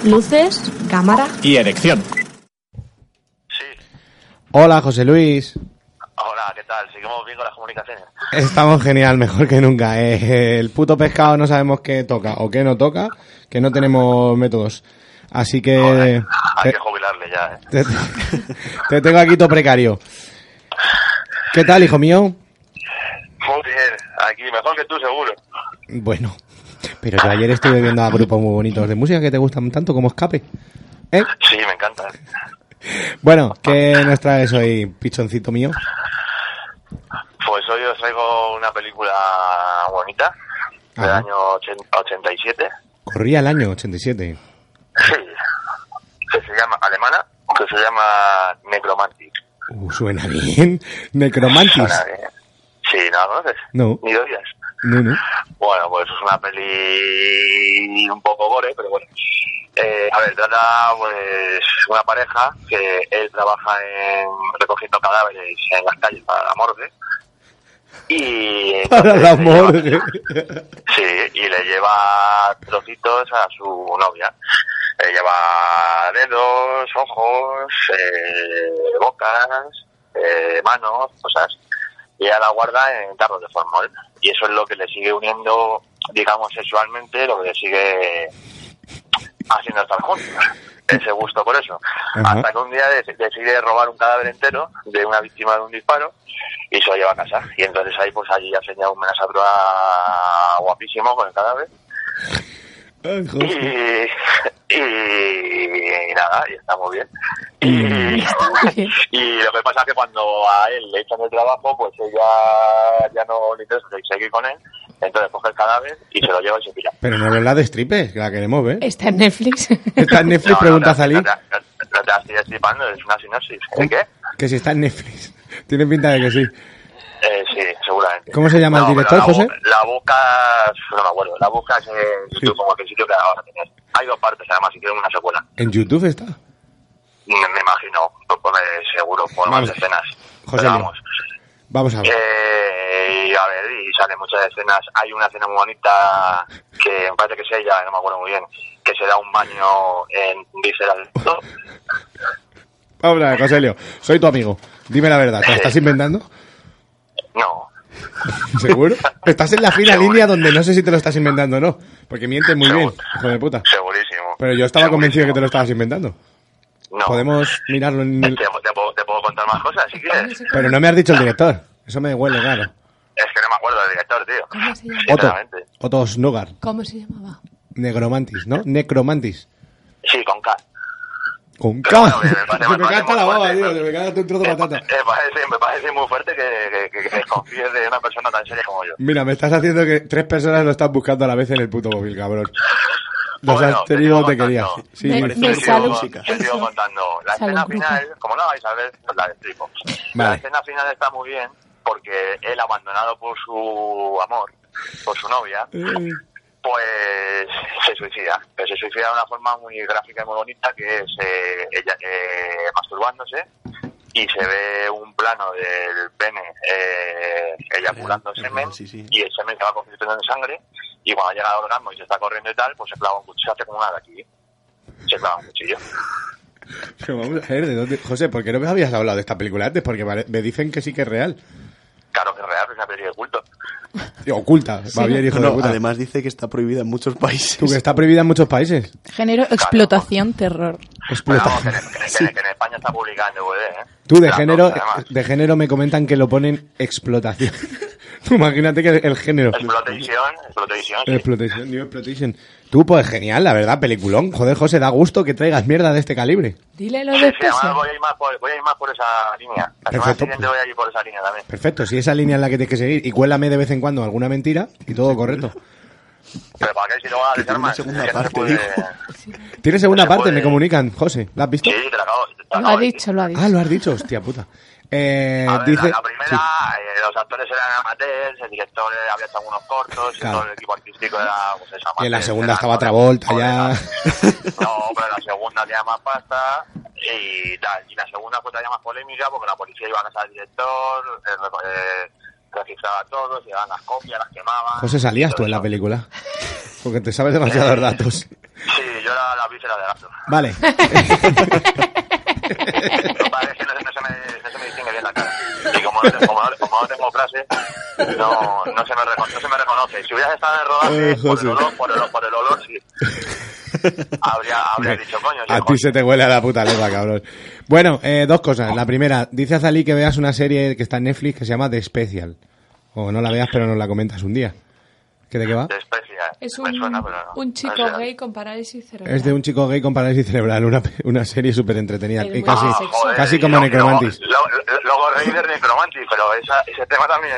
Luces, cámara.
Y erección.
Hola, José Luis.
Hola, ¿qué tal? ¿Seguimos bien con las comunicaciones?
Estamos genial, mejor que nunca. Eh, el puto pescado no sabemos qué toca o qué no toca, que no tenemos métodos. Así que...
Hay
te,
que jubilarle ya, ¿eh?
te- te tengo aquí todo precario. ¿Qué tal, hijo mío?
Muy bien, aquí mejor que tú seguro.
Bueno, pero yo ayer estuve viendo a grupos muy bonitos de música que te gustan tanto como Escape. ¿Eh?
Sí, me encanta.
Bueno, ¿qué nos traes hoy, pichoncito mío?
Pues hoy os traigo una película bonita del
Ajá.
año 80 87.
Corría el año 87.
Sí. Que se llama alemana, que se llama Necromantic.
Uh, suena bien. Necromantis.
Suena bien. Sí, ¿no la conoces?
No.
Ni de oídas.
No, no.
Bueno, pues es una peli un poco gore, pero bueno. Eh, a ver, trata pues una pareja que él trabaja en recogiendo cadáveres en las calles para la morgue. Y
Para la
entonces le lleva-
morgue.
Sí, y le lleva trocitos a su novia. Le lleva dedos, ojos, eh, bocas, eh, manos, cosas. Y ella la guarda en tarros de formol. Y eso es lo que le sigue uniendo, digamos, sexualmente, lo que le sigue haciendo estar juntos. Ese gusto por eso.
Ajá.
Hasta que un día dec- decide robar un cadáver entero de una víctima de un disparo y se lo lleva a casa. Y entonces ahí, pues allí ya señala un menazatroa guapísimo con el cadáver.
Ay,
Y,
José.
y nada, y está muy bien. Y, y lo que pasa es que cuando a él le echan el trabajo, pues ella ya no le interesa seguir con él. Entonces coge el cadáver y se lo lleva y se pira.
Pero no es la de stripes, que la queremos ver.
Está en Netflix.
Está en Netflix,
No,
pregunta
no, te-
Zalí.
No te, no te- no te la estoy destripando, es una sinopsis. ¿De qué?
Que si está en Netflix. Tiene pinta de que sí.
Eh, sí, seguramente.
¿Cómo se llama el
No, pero
director,
la bu-
José?
La buscas, no me acuerdo, la buscas en YouTube como aquel sitio que la vas a tener. Hay dos partes, además, y tienen una secuela.
En YouTube está.
Me, me imagino, pues, pues, seguro, por
Vale.
más escenas.
José,
Pero vamos.
Vamos a ver.
Eh, y a ver, y salen muchas escenas. Hay una escena muy bonita que me parece que es ella, no me acuerdo muy bien, que se da un baño en visceral. ¿no?
Vamos a ver, Joselio, soy tu amigo. Dime la verdad, ¿te la
Eh.
estás inventando?
No.
¿Seguro? Estás en la fina línea donde no sé si te lo estás inventando o no. Porque mientes muy bien, hijo de puta.
Segurísimo.
Pero yo estaba convencido de que te lo estabas inventando.
No.
Podemos mirarlo en el...
Te, te puedo, te puedo contar más cosas si quieres.
Pero no me has dicho el director. Eso me huele raro.
Es que no me acuerdo del director, tío.
¿Cómo se llama?
Otto.
Sinceramente.
Otto Snogar.
¿Cómo se llamaba?
Negromantis, ¿no? Necromantis.
Sí, con K.
Con
Pero
K.
bueno, me parece-
Se me
me parece
cae hasta
muy
la baba,
fuerte,
tío.
¿no?
Se me cae hasta un trozo de patata.
Me parece, me parece muy fuerte que, que, que- que desconfíes de una persona tan seria como yo.
Mira, me estás haciendo que tres personas lo están buscando a la vez en el puto móvil, cabrón. Los
Bueno,
has tenido,
te
te querías. Sí,
Me-
sí.
me
Te
sale-
sigo- te sigo contando. La
Salud,
escena
grupo.
final, como no la vais a ver, pues la explico. La
Vale.
escena final está muy bien porque él, abandonado por su amor, por su novia, pues se suicida. Pero se suicida de una forma muy gráfica y muy bonita que es eh, ella eh, masturbándose y se ve un plano del pene eh, eyaculando
Real,
semen
real, sí, sí.
y el semen se va convirtiendo en sangre y cuando llega al orgasmo y se está corriendo y tal, pues se clava un cuchillo, se hace como una de aquí. Se clava un cuchillo.
Pero vamos a ver, ¿de dónde? José, ¿por qué no me habías hablado de esta película antes? Porque pare- me dicen que sí que es real.
Claro que es real, es una película de culto.
Tío, Oculta, va bien, hijo
No,
de puta.
además dice que está prohibida en muchos países.
Tú que está prohibida en muchos países.
Género explotación terror.
Pero
Explota.
vamos, que, en- que en- que en España está publicada en DVD, ¿eh?
Tú de
Las dos,
género,
además.
de género me comentan que lo ponen explotación. Tú Imagínate que el género.
Explotación, explotación, sí.
Explotación, New Exploitation. Tú, pues genial, la verdad, peliculón. Joder, José, da gusto que traigas mierda de este calibre.
Dile lo
Sí,
de
sí, además
Espesa.
voy a ir más por, voy a ir más por esa línea. La semana
Perfecto.
siguiente voy a ir por esa línea también.
Perfecto, si esa línea es la que tienes que seguir y cuélame de vez en cuando alguna mentira y todo correcto.
Pero para qué si no va a
Que tiene
dejar
una
más.
segunda
Es que no se
parte,
puede-
dijo.
Tienes segunda
Se
parte,
puede.
me comunican, José. ¿La has visto?
Sí, sí, te la acabo. te la
Lo ha
acabo de
dicho, lo ha dicho.
Ah, lo has dicho, hostia puta. Eh,
A ver,
dice,
la, la primera,
sí.
eh, los actores eran amateurs, el director eh, había hecho algunos cortos,
Claro.
y todo el equipo artístico era pues,
Y
eso,
en la
amateurs,
segunda
eran
estaba
jóvenes-
Travolta ya.
jóvenes. No, pero en la segunda tenía más pasta y tal. Y la segunda pues tenía más polémica porque la policía iba a casa del director, eh, reco- eh, registraba a todos, llevaban las copias, las quemaban.
José, salías tú en la película. Porque te sabes demasiados datos.
Sí, yo era la víscera de gato.
Vale,
Lo que pasa es que no, se- no se me, no se me distingue bien la cara. Y como no, te- como no- como no tengo frase, no, no, se me recono- no se me reconoce. Si hubieras estado en el rodaje,
Eh,
por, el
José.
olor, por, el, olor- por el olor, sí. Habría, habría dicho, coño,
a
viejo,
ti se te huele a la puta lengua, cabrón. Bueno, eh, dos cosas. La primera, dice a Zalí que veas una serie que está en Netflix que se llama The Special. O no la veas, pero nos la comentas un día. ¿Qué de qué va?
de especie. ¿eh?
Es
Me
un,
suena, pero no.
un chico
No sé.
gay con parálisis cerebral.
Es de un chico gay con parálisis cerebral, una, pe- una serie súper entretenida.
Pero
Y
muy
casi,
Ah,
sexy.
joder,
casi
y
como
luego-
Necromantis.
Luego, luego- luego Rey de Necromantis, pero esa- ese tema también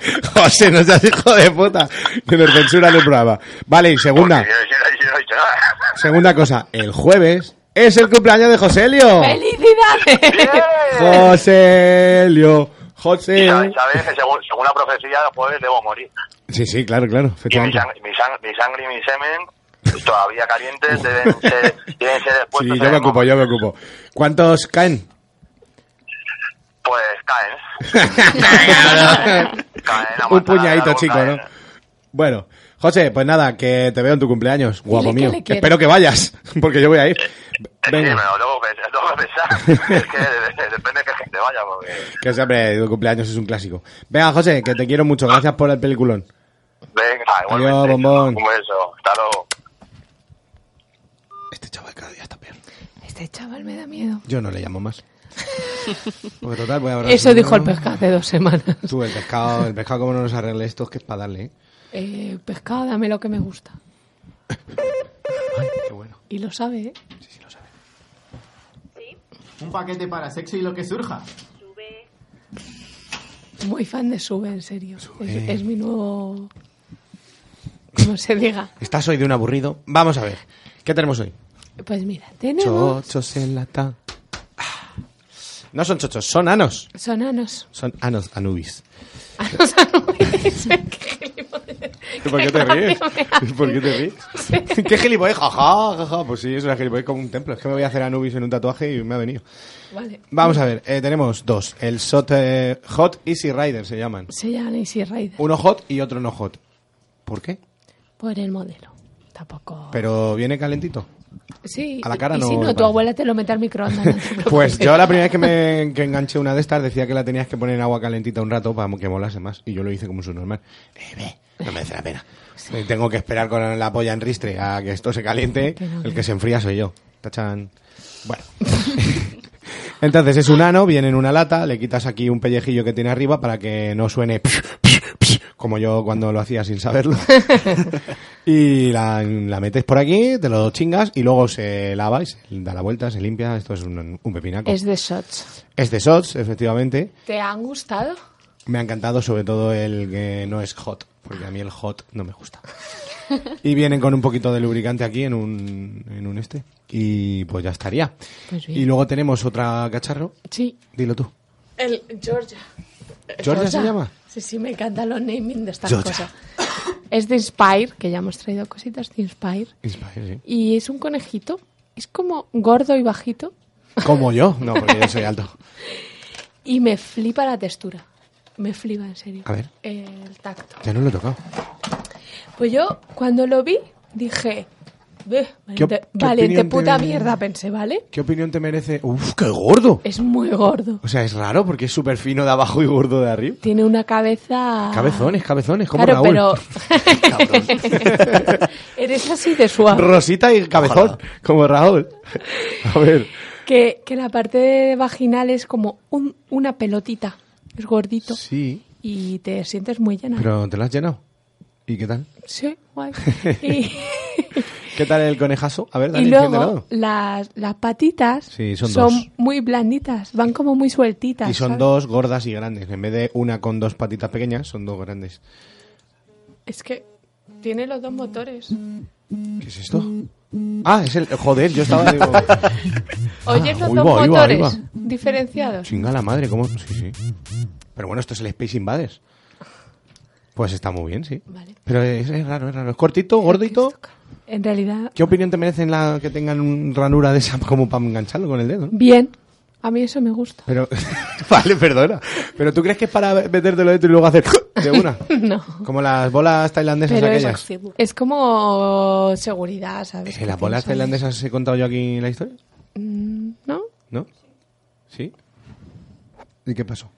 es...
José, no seas hijo de puta. Que nos censuran el programa. Vale, y segunda,
Porque Yo, yo- yo no he dicho nada.
segunda cosa. El jueves es el cumpleaños de Joselio.
¡Felicidades!
¡Bien!
Joselio.
Y
José.
sabes sabes que según, según la profecía, los jueves debo morir.
Sí, sí, claro, claro.
Y mi,
efectivamente.
sang- mi, sang- mi sangre y mi semen todavía calientes deben ser, deben ser
Sí,
expuestos.
yo me ocupo, yo me ocupo. ¿Cuántos caen?
Pues caen. Caen a
Un
matar,
puñadito
algo
chico,
caen.
¿no? Bueno, José, pues nada, que te veo en tu cumpleaños, guapo
que
mío.
le quiero.
Espero que vayas, porque yo voy a ir.
Eh, Sí,
Venga,
pero luego pens- luego pensar. es que de- de- depende de qué gente vaya, porque...
que siempre tu cumpleaños es un clásico. Venga, José, que te quiero mucho. Gracias por el peliculón.
Venga, ah, igualmente.
bombón.
Un beso. Hasta luego.
Este chaval cada día está peor.
Este chaval me da miedo.
Yo no le llamo más. Porque total, voy a ahorrar
Eso
dinero.
dijo el pescado hace dos semanas.
Tú, el pescado, el pescado, como no nos arregle esto, es que es para darle, ¿eh?
Eh, pescado, dame lo que me gusta.
Ay, qué bueno.
Y lo sabe, ¿eh?
Un paquete para sexo y lo que surja.
Muy fan de Sube, en serio. Es, es mi nuevo... Como se diga.
Estás hoy de un aburrido. Vamos a ver. ¿Qué tenemos hoy?
Pues mira, tenemos...
Chochos en lata. Ah. No son chochos, son anos.
Son anos.
Son anos Anubis.
Anos anuales. Qué gilipollas.
¿Por qué te ríes?
gracia me hace.
¿Por qué te ríes? ¿Qué gilipollez? Jaja, jaja. Pues sí, es una gilipollez como un templo. Es que me voy a hacer Anubis en un tatuaje y me ha venido.
Vale.
Vamos a ver, eh, tenemos dos. El shot, eh, Hot Easy Rider se llaman.
Se llama Easy Rider.
Uno hot y otro no hot. ¿Por qué?
Por el modelo. Tampoco.
Pero viene calentito.
Sí.
A la cara
y
no
Si
me
no, tu
parece.
abuela te lo mete al microondas. no te
Pues
preocupes.
yo la primera vez que me que enganché una de estas decía que la tenías que poner en agua calentita un rato para que molase más. Y yo lo hice como su normal. no merece la pena. Eh, Tengo que esperar con la polla en ristre a que esto se caliente.
Que no,
El
que-
que se enfría soy yo. Tachan. Bueno. Entonces es un ano, viene en una lata, le quitas aquí un pellejillo que tiene arriba para que no suene como yo cuando lo hacía sin saberlo. y la, la metes por aquí, te lo chingas y luego se lava y se da la vuelta, se limpia. Esto es un, un pepinaco.
Es de shots.
Es de shots, efectivamente.
¿Te han gustado?
Me ha encantado sobre todo el que no es hot, porque a mí el hot no me gusta. Y vienen con un poquito de lubricante aquí en un, en un este. Y pues ya estaría.
Pues bien.
Y luego tenemos otra cacharro.
Sí.
Dilo tú.
El Georgia.
¿Georgia se llama?
Sí, sí, me encantan los naming de estas
Georgia.
cosas. Es de Inspire, que ya hemos traído cositas de Inspire.
Inspire, sí.
Y es un conejito. Es como gordo y bajito.
Como yo. No, porque yo soy alto.
Y me flipa la textura. Me flipa, en serio.
A ver.
El tacto.
Ya no lo he tocado.
Pues yo, cuando lo vi, dije... "Beh,
¿Qué op-
Valiente,
qué
valiente
opinión te-
puta mierda, pensé, ¿vale?
¿Qué opinión te merece? ¡Uf, qué gordo!
Es muy gordo.
O sea, es raro porque es súper fino de abajo y gordo de arriba.
Tiene una cabeza...
Cabezones, cabezones, como
Ah. claro,
Raúl.
pero... Eres así de suave.
Rosita y cabezón, como Raúl. A ver.
Que, que la parte vaginal es como un- una pelotita. Es gordito.
Sí.
Y te sientes muy llena.
Pero te lo has llenado. ¿Y qué tal?
Sí, guay. Y,
¿Qué tal el conejazo? A ver,
y
dale, enciéndelo.
luego las, las patitas
Sí, son dos.
muy blanditas. Van como muy sueltitas.
Y son
¿sabes?
dos gordas y grandes. En vez de una con dos patitas pequeñas, son dos grandes.
Es que tiene los dos motores.
¿Qué es esto? Ah, es el. Joder, yo estaba. Digo,
Oyes
Ah,
los
ahí
dos
va, ahí va, ahí
motores
va.
diferenciados.
Chinga la madre, ¿cómo? Sí, sí. Pero bueno, esto es el Space Invaders. Pues está muy bien, sí. Pero es, es raro, es raro. Es cortito, gordito.
En realidad,
¿Qué opinión te merecen la que tengan un ranura de esa como para engancharlo con el dedo? no?
bien. A mí eso me gusta.
Pero, vale, perdona. Pero tú crees que es para metértelo dentro y luego hacer de una.
No.
Como las bolas tailandesas
Pero
aquellas.
es, es como seguridad, ¿sabes?
¿En las bolas tailandesas he contado yo aquí la historia?
Mm, ¿No?
¿No? ¿Sí? ¿Y qué pasó?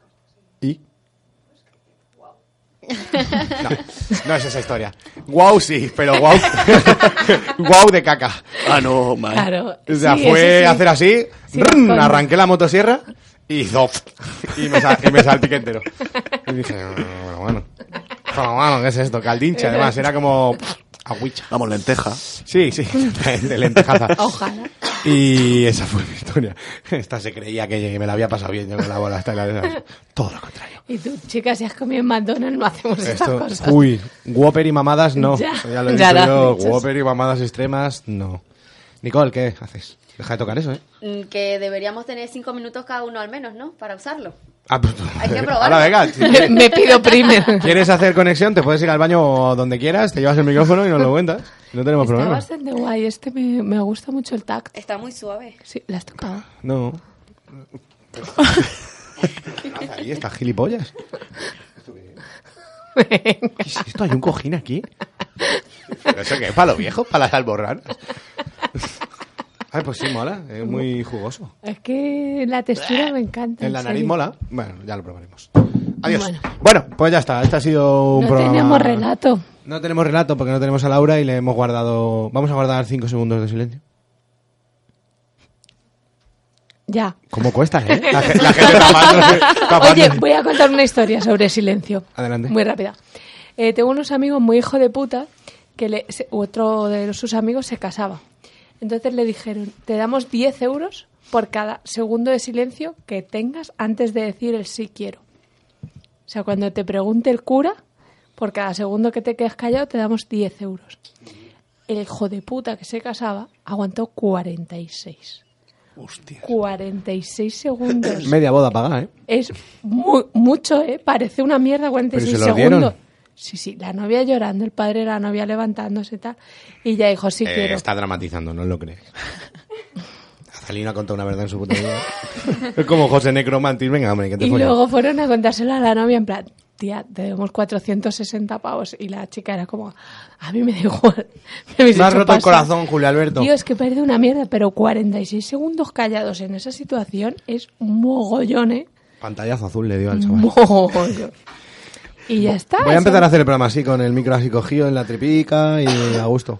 ¿Y? No, no es esa historia. Wow, sí, pero wow. wow de caca.
Ah, no, mal.
Claro,
O sea,
sí,
fue
eso sí.
hacer así,
Sí,
¡rum!
con-
arranqué la motosierra y zof. Y me, sal- y me salpiqué entero. Y dije, "Ah, bueno, bueno. Bueno, bueno, ¿qué es esto? Caldinche, además, era como agüicha.
Vamos, lenteja.
Sí, sí, de lentejaza.
Ojalá.
Y esa fue mi historia. Esta se creía que que me la había pasado bien yo con la bola hasta la Todo lo contrario.
Y tú, chicas, si has comido en McDonald's, no hacemos estas
Esto-
cosas.
uy, Whopper y mamadas no.
Pues Ya,
Eso ya lo he
ya lo
dicho yo,
has dicho,
Whopper y mamadas extremas no. Nicole, ¿qué haces? Deja de tocar eso, ¿eh?
Mm, Que deberíamos tener cinco minutos cada uno al menos, ¿no? Para usarlo.
Ah, pues-
Hay que probarlo.
Ahora venga. si quieres-
Me pido primero.
¿Quieres hacer conexión? Te puedes ir al baño donde quieras, te llevas el micrófono y nos lo cuentas. No tenemos
Está
problema.
bastante guay. Este me, me gusta mucho el tacto.
Está muy suave.
Sí, la has tocado.
No. Ahí está, gilipollas. ¿Qué es esto? ¿Hay un cojín aquí? ¿Pero eso qué? ¿Para los viejos? ¿Para las alborranas? Ay, pues sí, mola. Es muy jugoso.
Es que la textura me encanta.
En la nariz
serio.
mola. Bueno, ya lo probaremos. Adiós.
Bueno.
Bueno, pues ya está. Este ha sido un
No
programa...
tenemos relato.
No tenemos relato porque no tenemos a Laura y le hemos guardado... Vamos a guardar cinco segundos de silencio.
Ya.
¿Cómo cuesta, eh? La, ge- la gente tapándose,
Oye,
tapándose.
voy a contar una historia sobre silencio.
Adelante.
Muy rápida. Eh, tengo unos amigos muy hijo de puta que le- se- otro de sus amigos se casaba. Entonces le dijeron, te damos 10 euros por cada segundo de silencio que tengas antes de decir el sí quiero. O sea, cuando te pregunte el cura, por cada segundo que te quedes callado te damos 10 euros. El hijo de puta que se casaba aguantó 46.
Hostia.
46 segundos.
Media boda pagada, ¿eh?
Es mu- mucho, ¿eh? Parece una mierda 46
Pero se lo
segundos.
dieron.
Sí, sí, la novia llorando, el padre de la novia levantándose y tal. Y ya dijo, sí
Eh,
quiero.
Está dramatizando, no lo crees. Azalina ha contado una verdad en su puta vida. es como José Necromantis. Venga, hombre, que te
Y
follas.
luego fueron a contárselo a la novia en plan, tía, debemos 460 pavos. Y la chica era como, a mí me da igual. Me, habéis
Me has
hecho
roto el
pasar".
corazón, Julio Alberto.
Tío, es que parece una mierda, pero 46 segundos callados en esa situación es un mogollón, ¿eh?
Pantallazo azul le dio al chaval.
Mogollón. Y ya está.
Voy a
eso.
empezar a hacer el programa así, con el micro así cogido en la tripica y a gusto.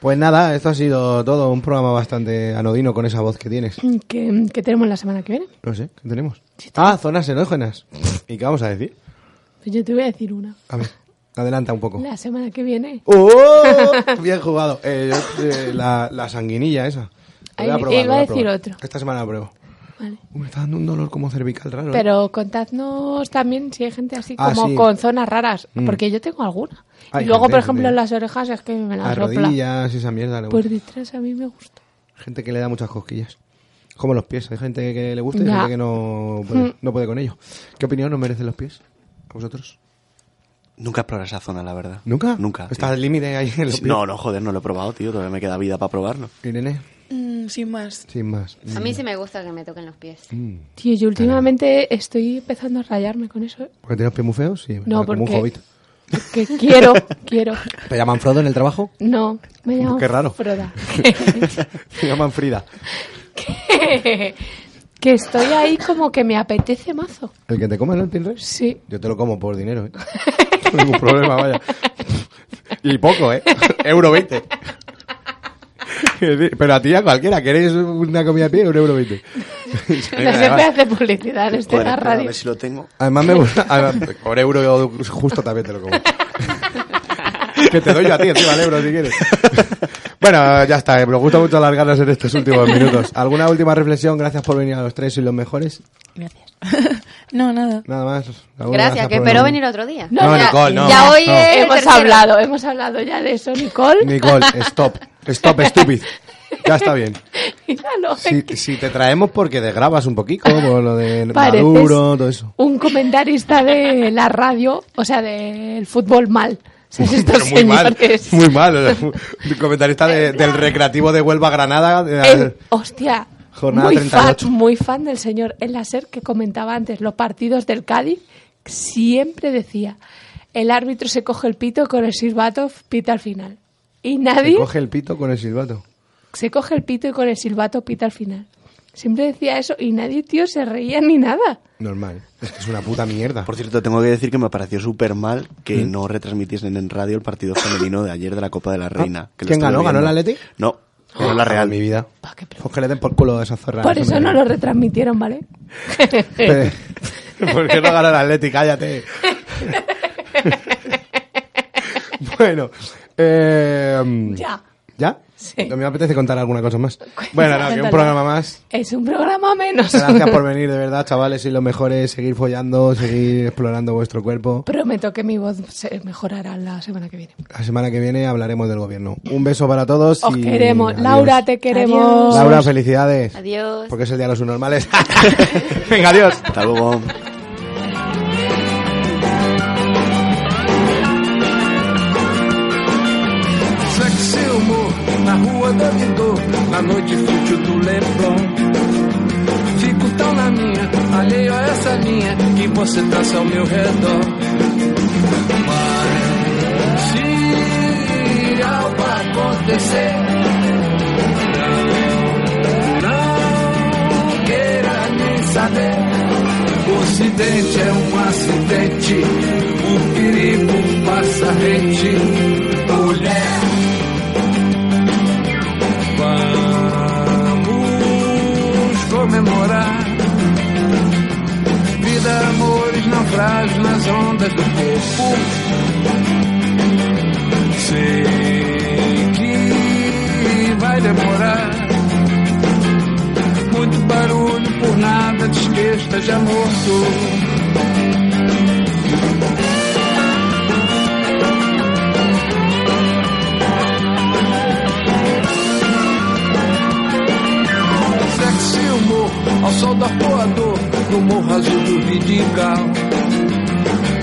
Pues nada, esto ha sido todo un programa bastante anodino con esa voz que tienes.
¿Qué, qué tenemos la semana que viene?
No sé, ¿qué tenemos? Ah, zonas erógenas. ¿Y qué vamos a decir?
Pues yo te voy a decir una.
A ver, adelanta un poco.
La semana que viene.
¡Oh! Bien jugado. Eh, yo, eh, la, la sanguinilla esa.
Ay,
Voy a
iba
probar,
a
voy
decir
probar.
otro.
Esta semana la pruebo.
Vale.
Uh, me está dando un dolor como cervical raro. ¿eh?
Pero contadnos también si hay gente así
Ah,
como
sí.
con zonas raras,
Mm.
porque yo tengo alguna.
Hay
y luego,
gente,
por
hay
ejemplo,
gente.
en las orejas es que me
Las
las sopla.
rodillas, esa mierda. le
Por
gusta.
detrás a mí me gusta.
Gente que le da muchas cosquillas. Como los pies. Hay gente que le gusta y
Ya.
gente que no puede,
Mm.
no puede con ello. ¿Qué opinión os merecen los pies? ¿A vosotros?
Nunca he probado esa zona, la verdad.
¿Nunca?
Nunca.
Está
tío.
al límite ahí en los
Sí,
pies.
No, no, joder, no lo he probado, tío. Todavía me queda vida para probarlo.
Irene,
Mm, sin más.
sin más.
A mí sí me gusta que me toquen los pies.
Mm.
Tío, yo últimamente estoy empezando a rayarme con eso. ¿eh?
¿Porque tienes pies muy feos? Sí,
No,
como
porque-
un hobbit.
Que quiero, quiero.
¿Te llaman Frodo en el trabajo?
No, me llamo
Qué raro.
Froda.
Te llaman Frida.
que estoy ahí como que me apetece mazo.
¿El que te come, no, el Pinrey?
Sí.
Yo te lo como por dinero, ¿eh? No hay ningún problema, vaya. Y poco, ¿eh? Euro 20. Quiero decir, Pero a ti, a cualquiera, ¿queréis una comida a pie? Un euro 20.
No siempre hace publicidad en este
Joder,
la
espera, a
radio.
ver si lo tengo.
Además, me gusta. además, Por euro justo también te lo como. Que te doy yo a ti encima el euro si quieres. Bueno, ya está. eh, Me gusta mucho alargarnos en estos últimos minutos. ¿Alguna última reflexión? Gracias por venir a los tres, sois los mejores.
No, nada.
Nada más. Raúl,
Gracias,
por
que espero
venir.
venir otro día.
No,
ya-
Nicole, no.
ya hoy
no.
es
Hemos
tercero.
hablado, hemos hablado ya de eso, Nicole.
Nicole, eh, stop. Stop, stupid. Ya está bien.
Míralo,
Si, si te traemos porque desgrabas un poquito, por lo de
Pareces-
Maduro, todo eso.
un comentarista de la radio, o sea, del fútbol mal. O sea, estos
Pero muy mal,
señores-
muy mal. o sea, un comentarista de- del recreativo de Huelva Granada. de la-
El- hostia,
Jornada
muy,
38.
Fan, muy fan del señor El Laser que comentaba antes, los partidos del Cádiz, siempre decía, el árbitro se coge el pito con el silbato, pita al final. Y
se
nadie
coge el pito con el silbato.
se coge el pito y con el silbato pita al final. Siempre decía eso y nadie, tío, se reía ni nada.
Normal. Es que es una puta mierda.
Por cierto, tengo que decir que me pareció súper mal
Mm.
que no retransmitiesen en radio el partido femenino de ayer de la Copa de la Reina. que lo
¿Quién
estuve
ganó? ¿Ganó
viendo.
el Atleti? Ah,
No, ganó la Real.
Mi vida. Pues que le den por culo a esa zorra. ¿eh?
Por eso
me-
no lo retransmitieron, ¿vale?
Pe- ¿Por qué no ganó el Atleti? Cállate. bueno, eh,
Ya.
¿ya?
Sí.
No me apetece contar alguna cosa más. Bueno, no, que un
cuéntalo.
programa más.
Es un programa menos.
Gracias por venir, de verdad, chavales. Sois los mejores. Seguir follando, seguir explorando vuestro cuerpo.
Prometo que mi voz se mejorará la semana que viene.
La semana que viene hablaremos del gobierno. Un beso para todos.
Os
y
queremos.
adiós.
Laura, te queremos.
Laura, felicidades.
Adiós.
Porque es el día de los normales. Venga, adiós.
Hasta luego.
Sexy humor na rua do editor, na noite fútil do Leblon. Fico tão na minha, alheio a essa linha que você traça ao meu redor. Mas se algo acontecer, não queira nem saber. O acidente é um acidente, o perigo passa rente, mulher. Vamos comemorar. Vida, amores, naufrágios nas ondas do corpo. Sei que vai demorar. Muito barulho por nada, despejo já morto. Sexo e humor ao sol do arpoador no morro azul do Vidigal.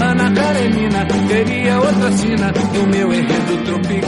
Ana Karenina queria outra sina do meu enredo tropical.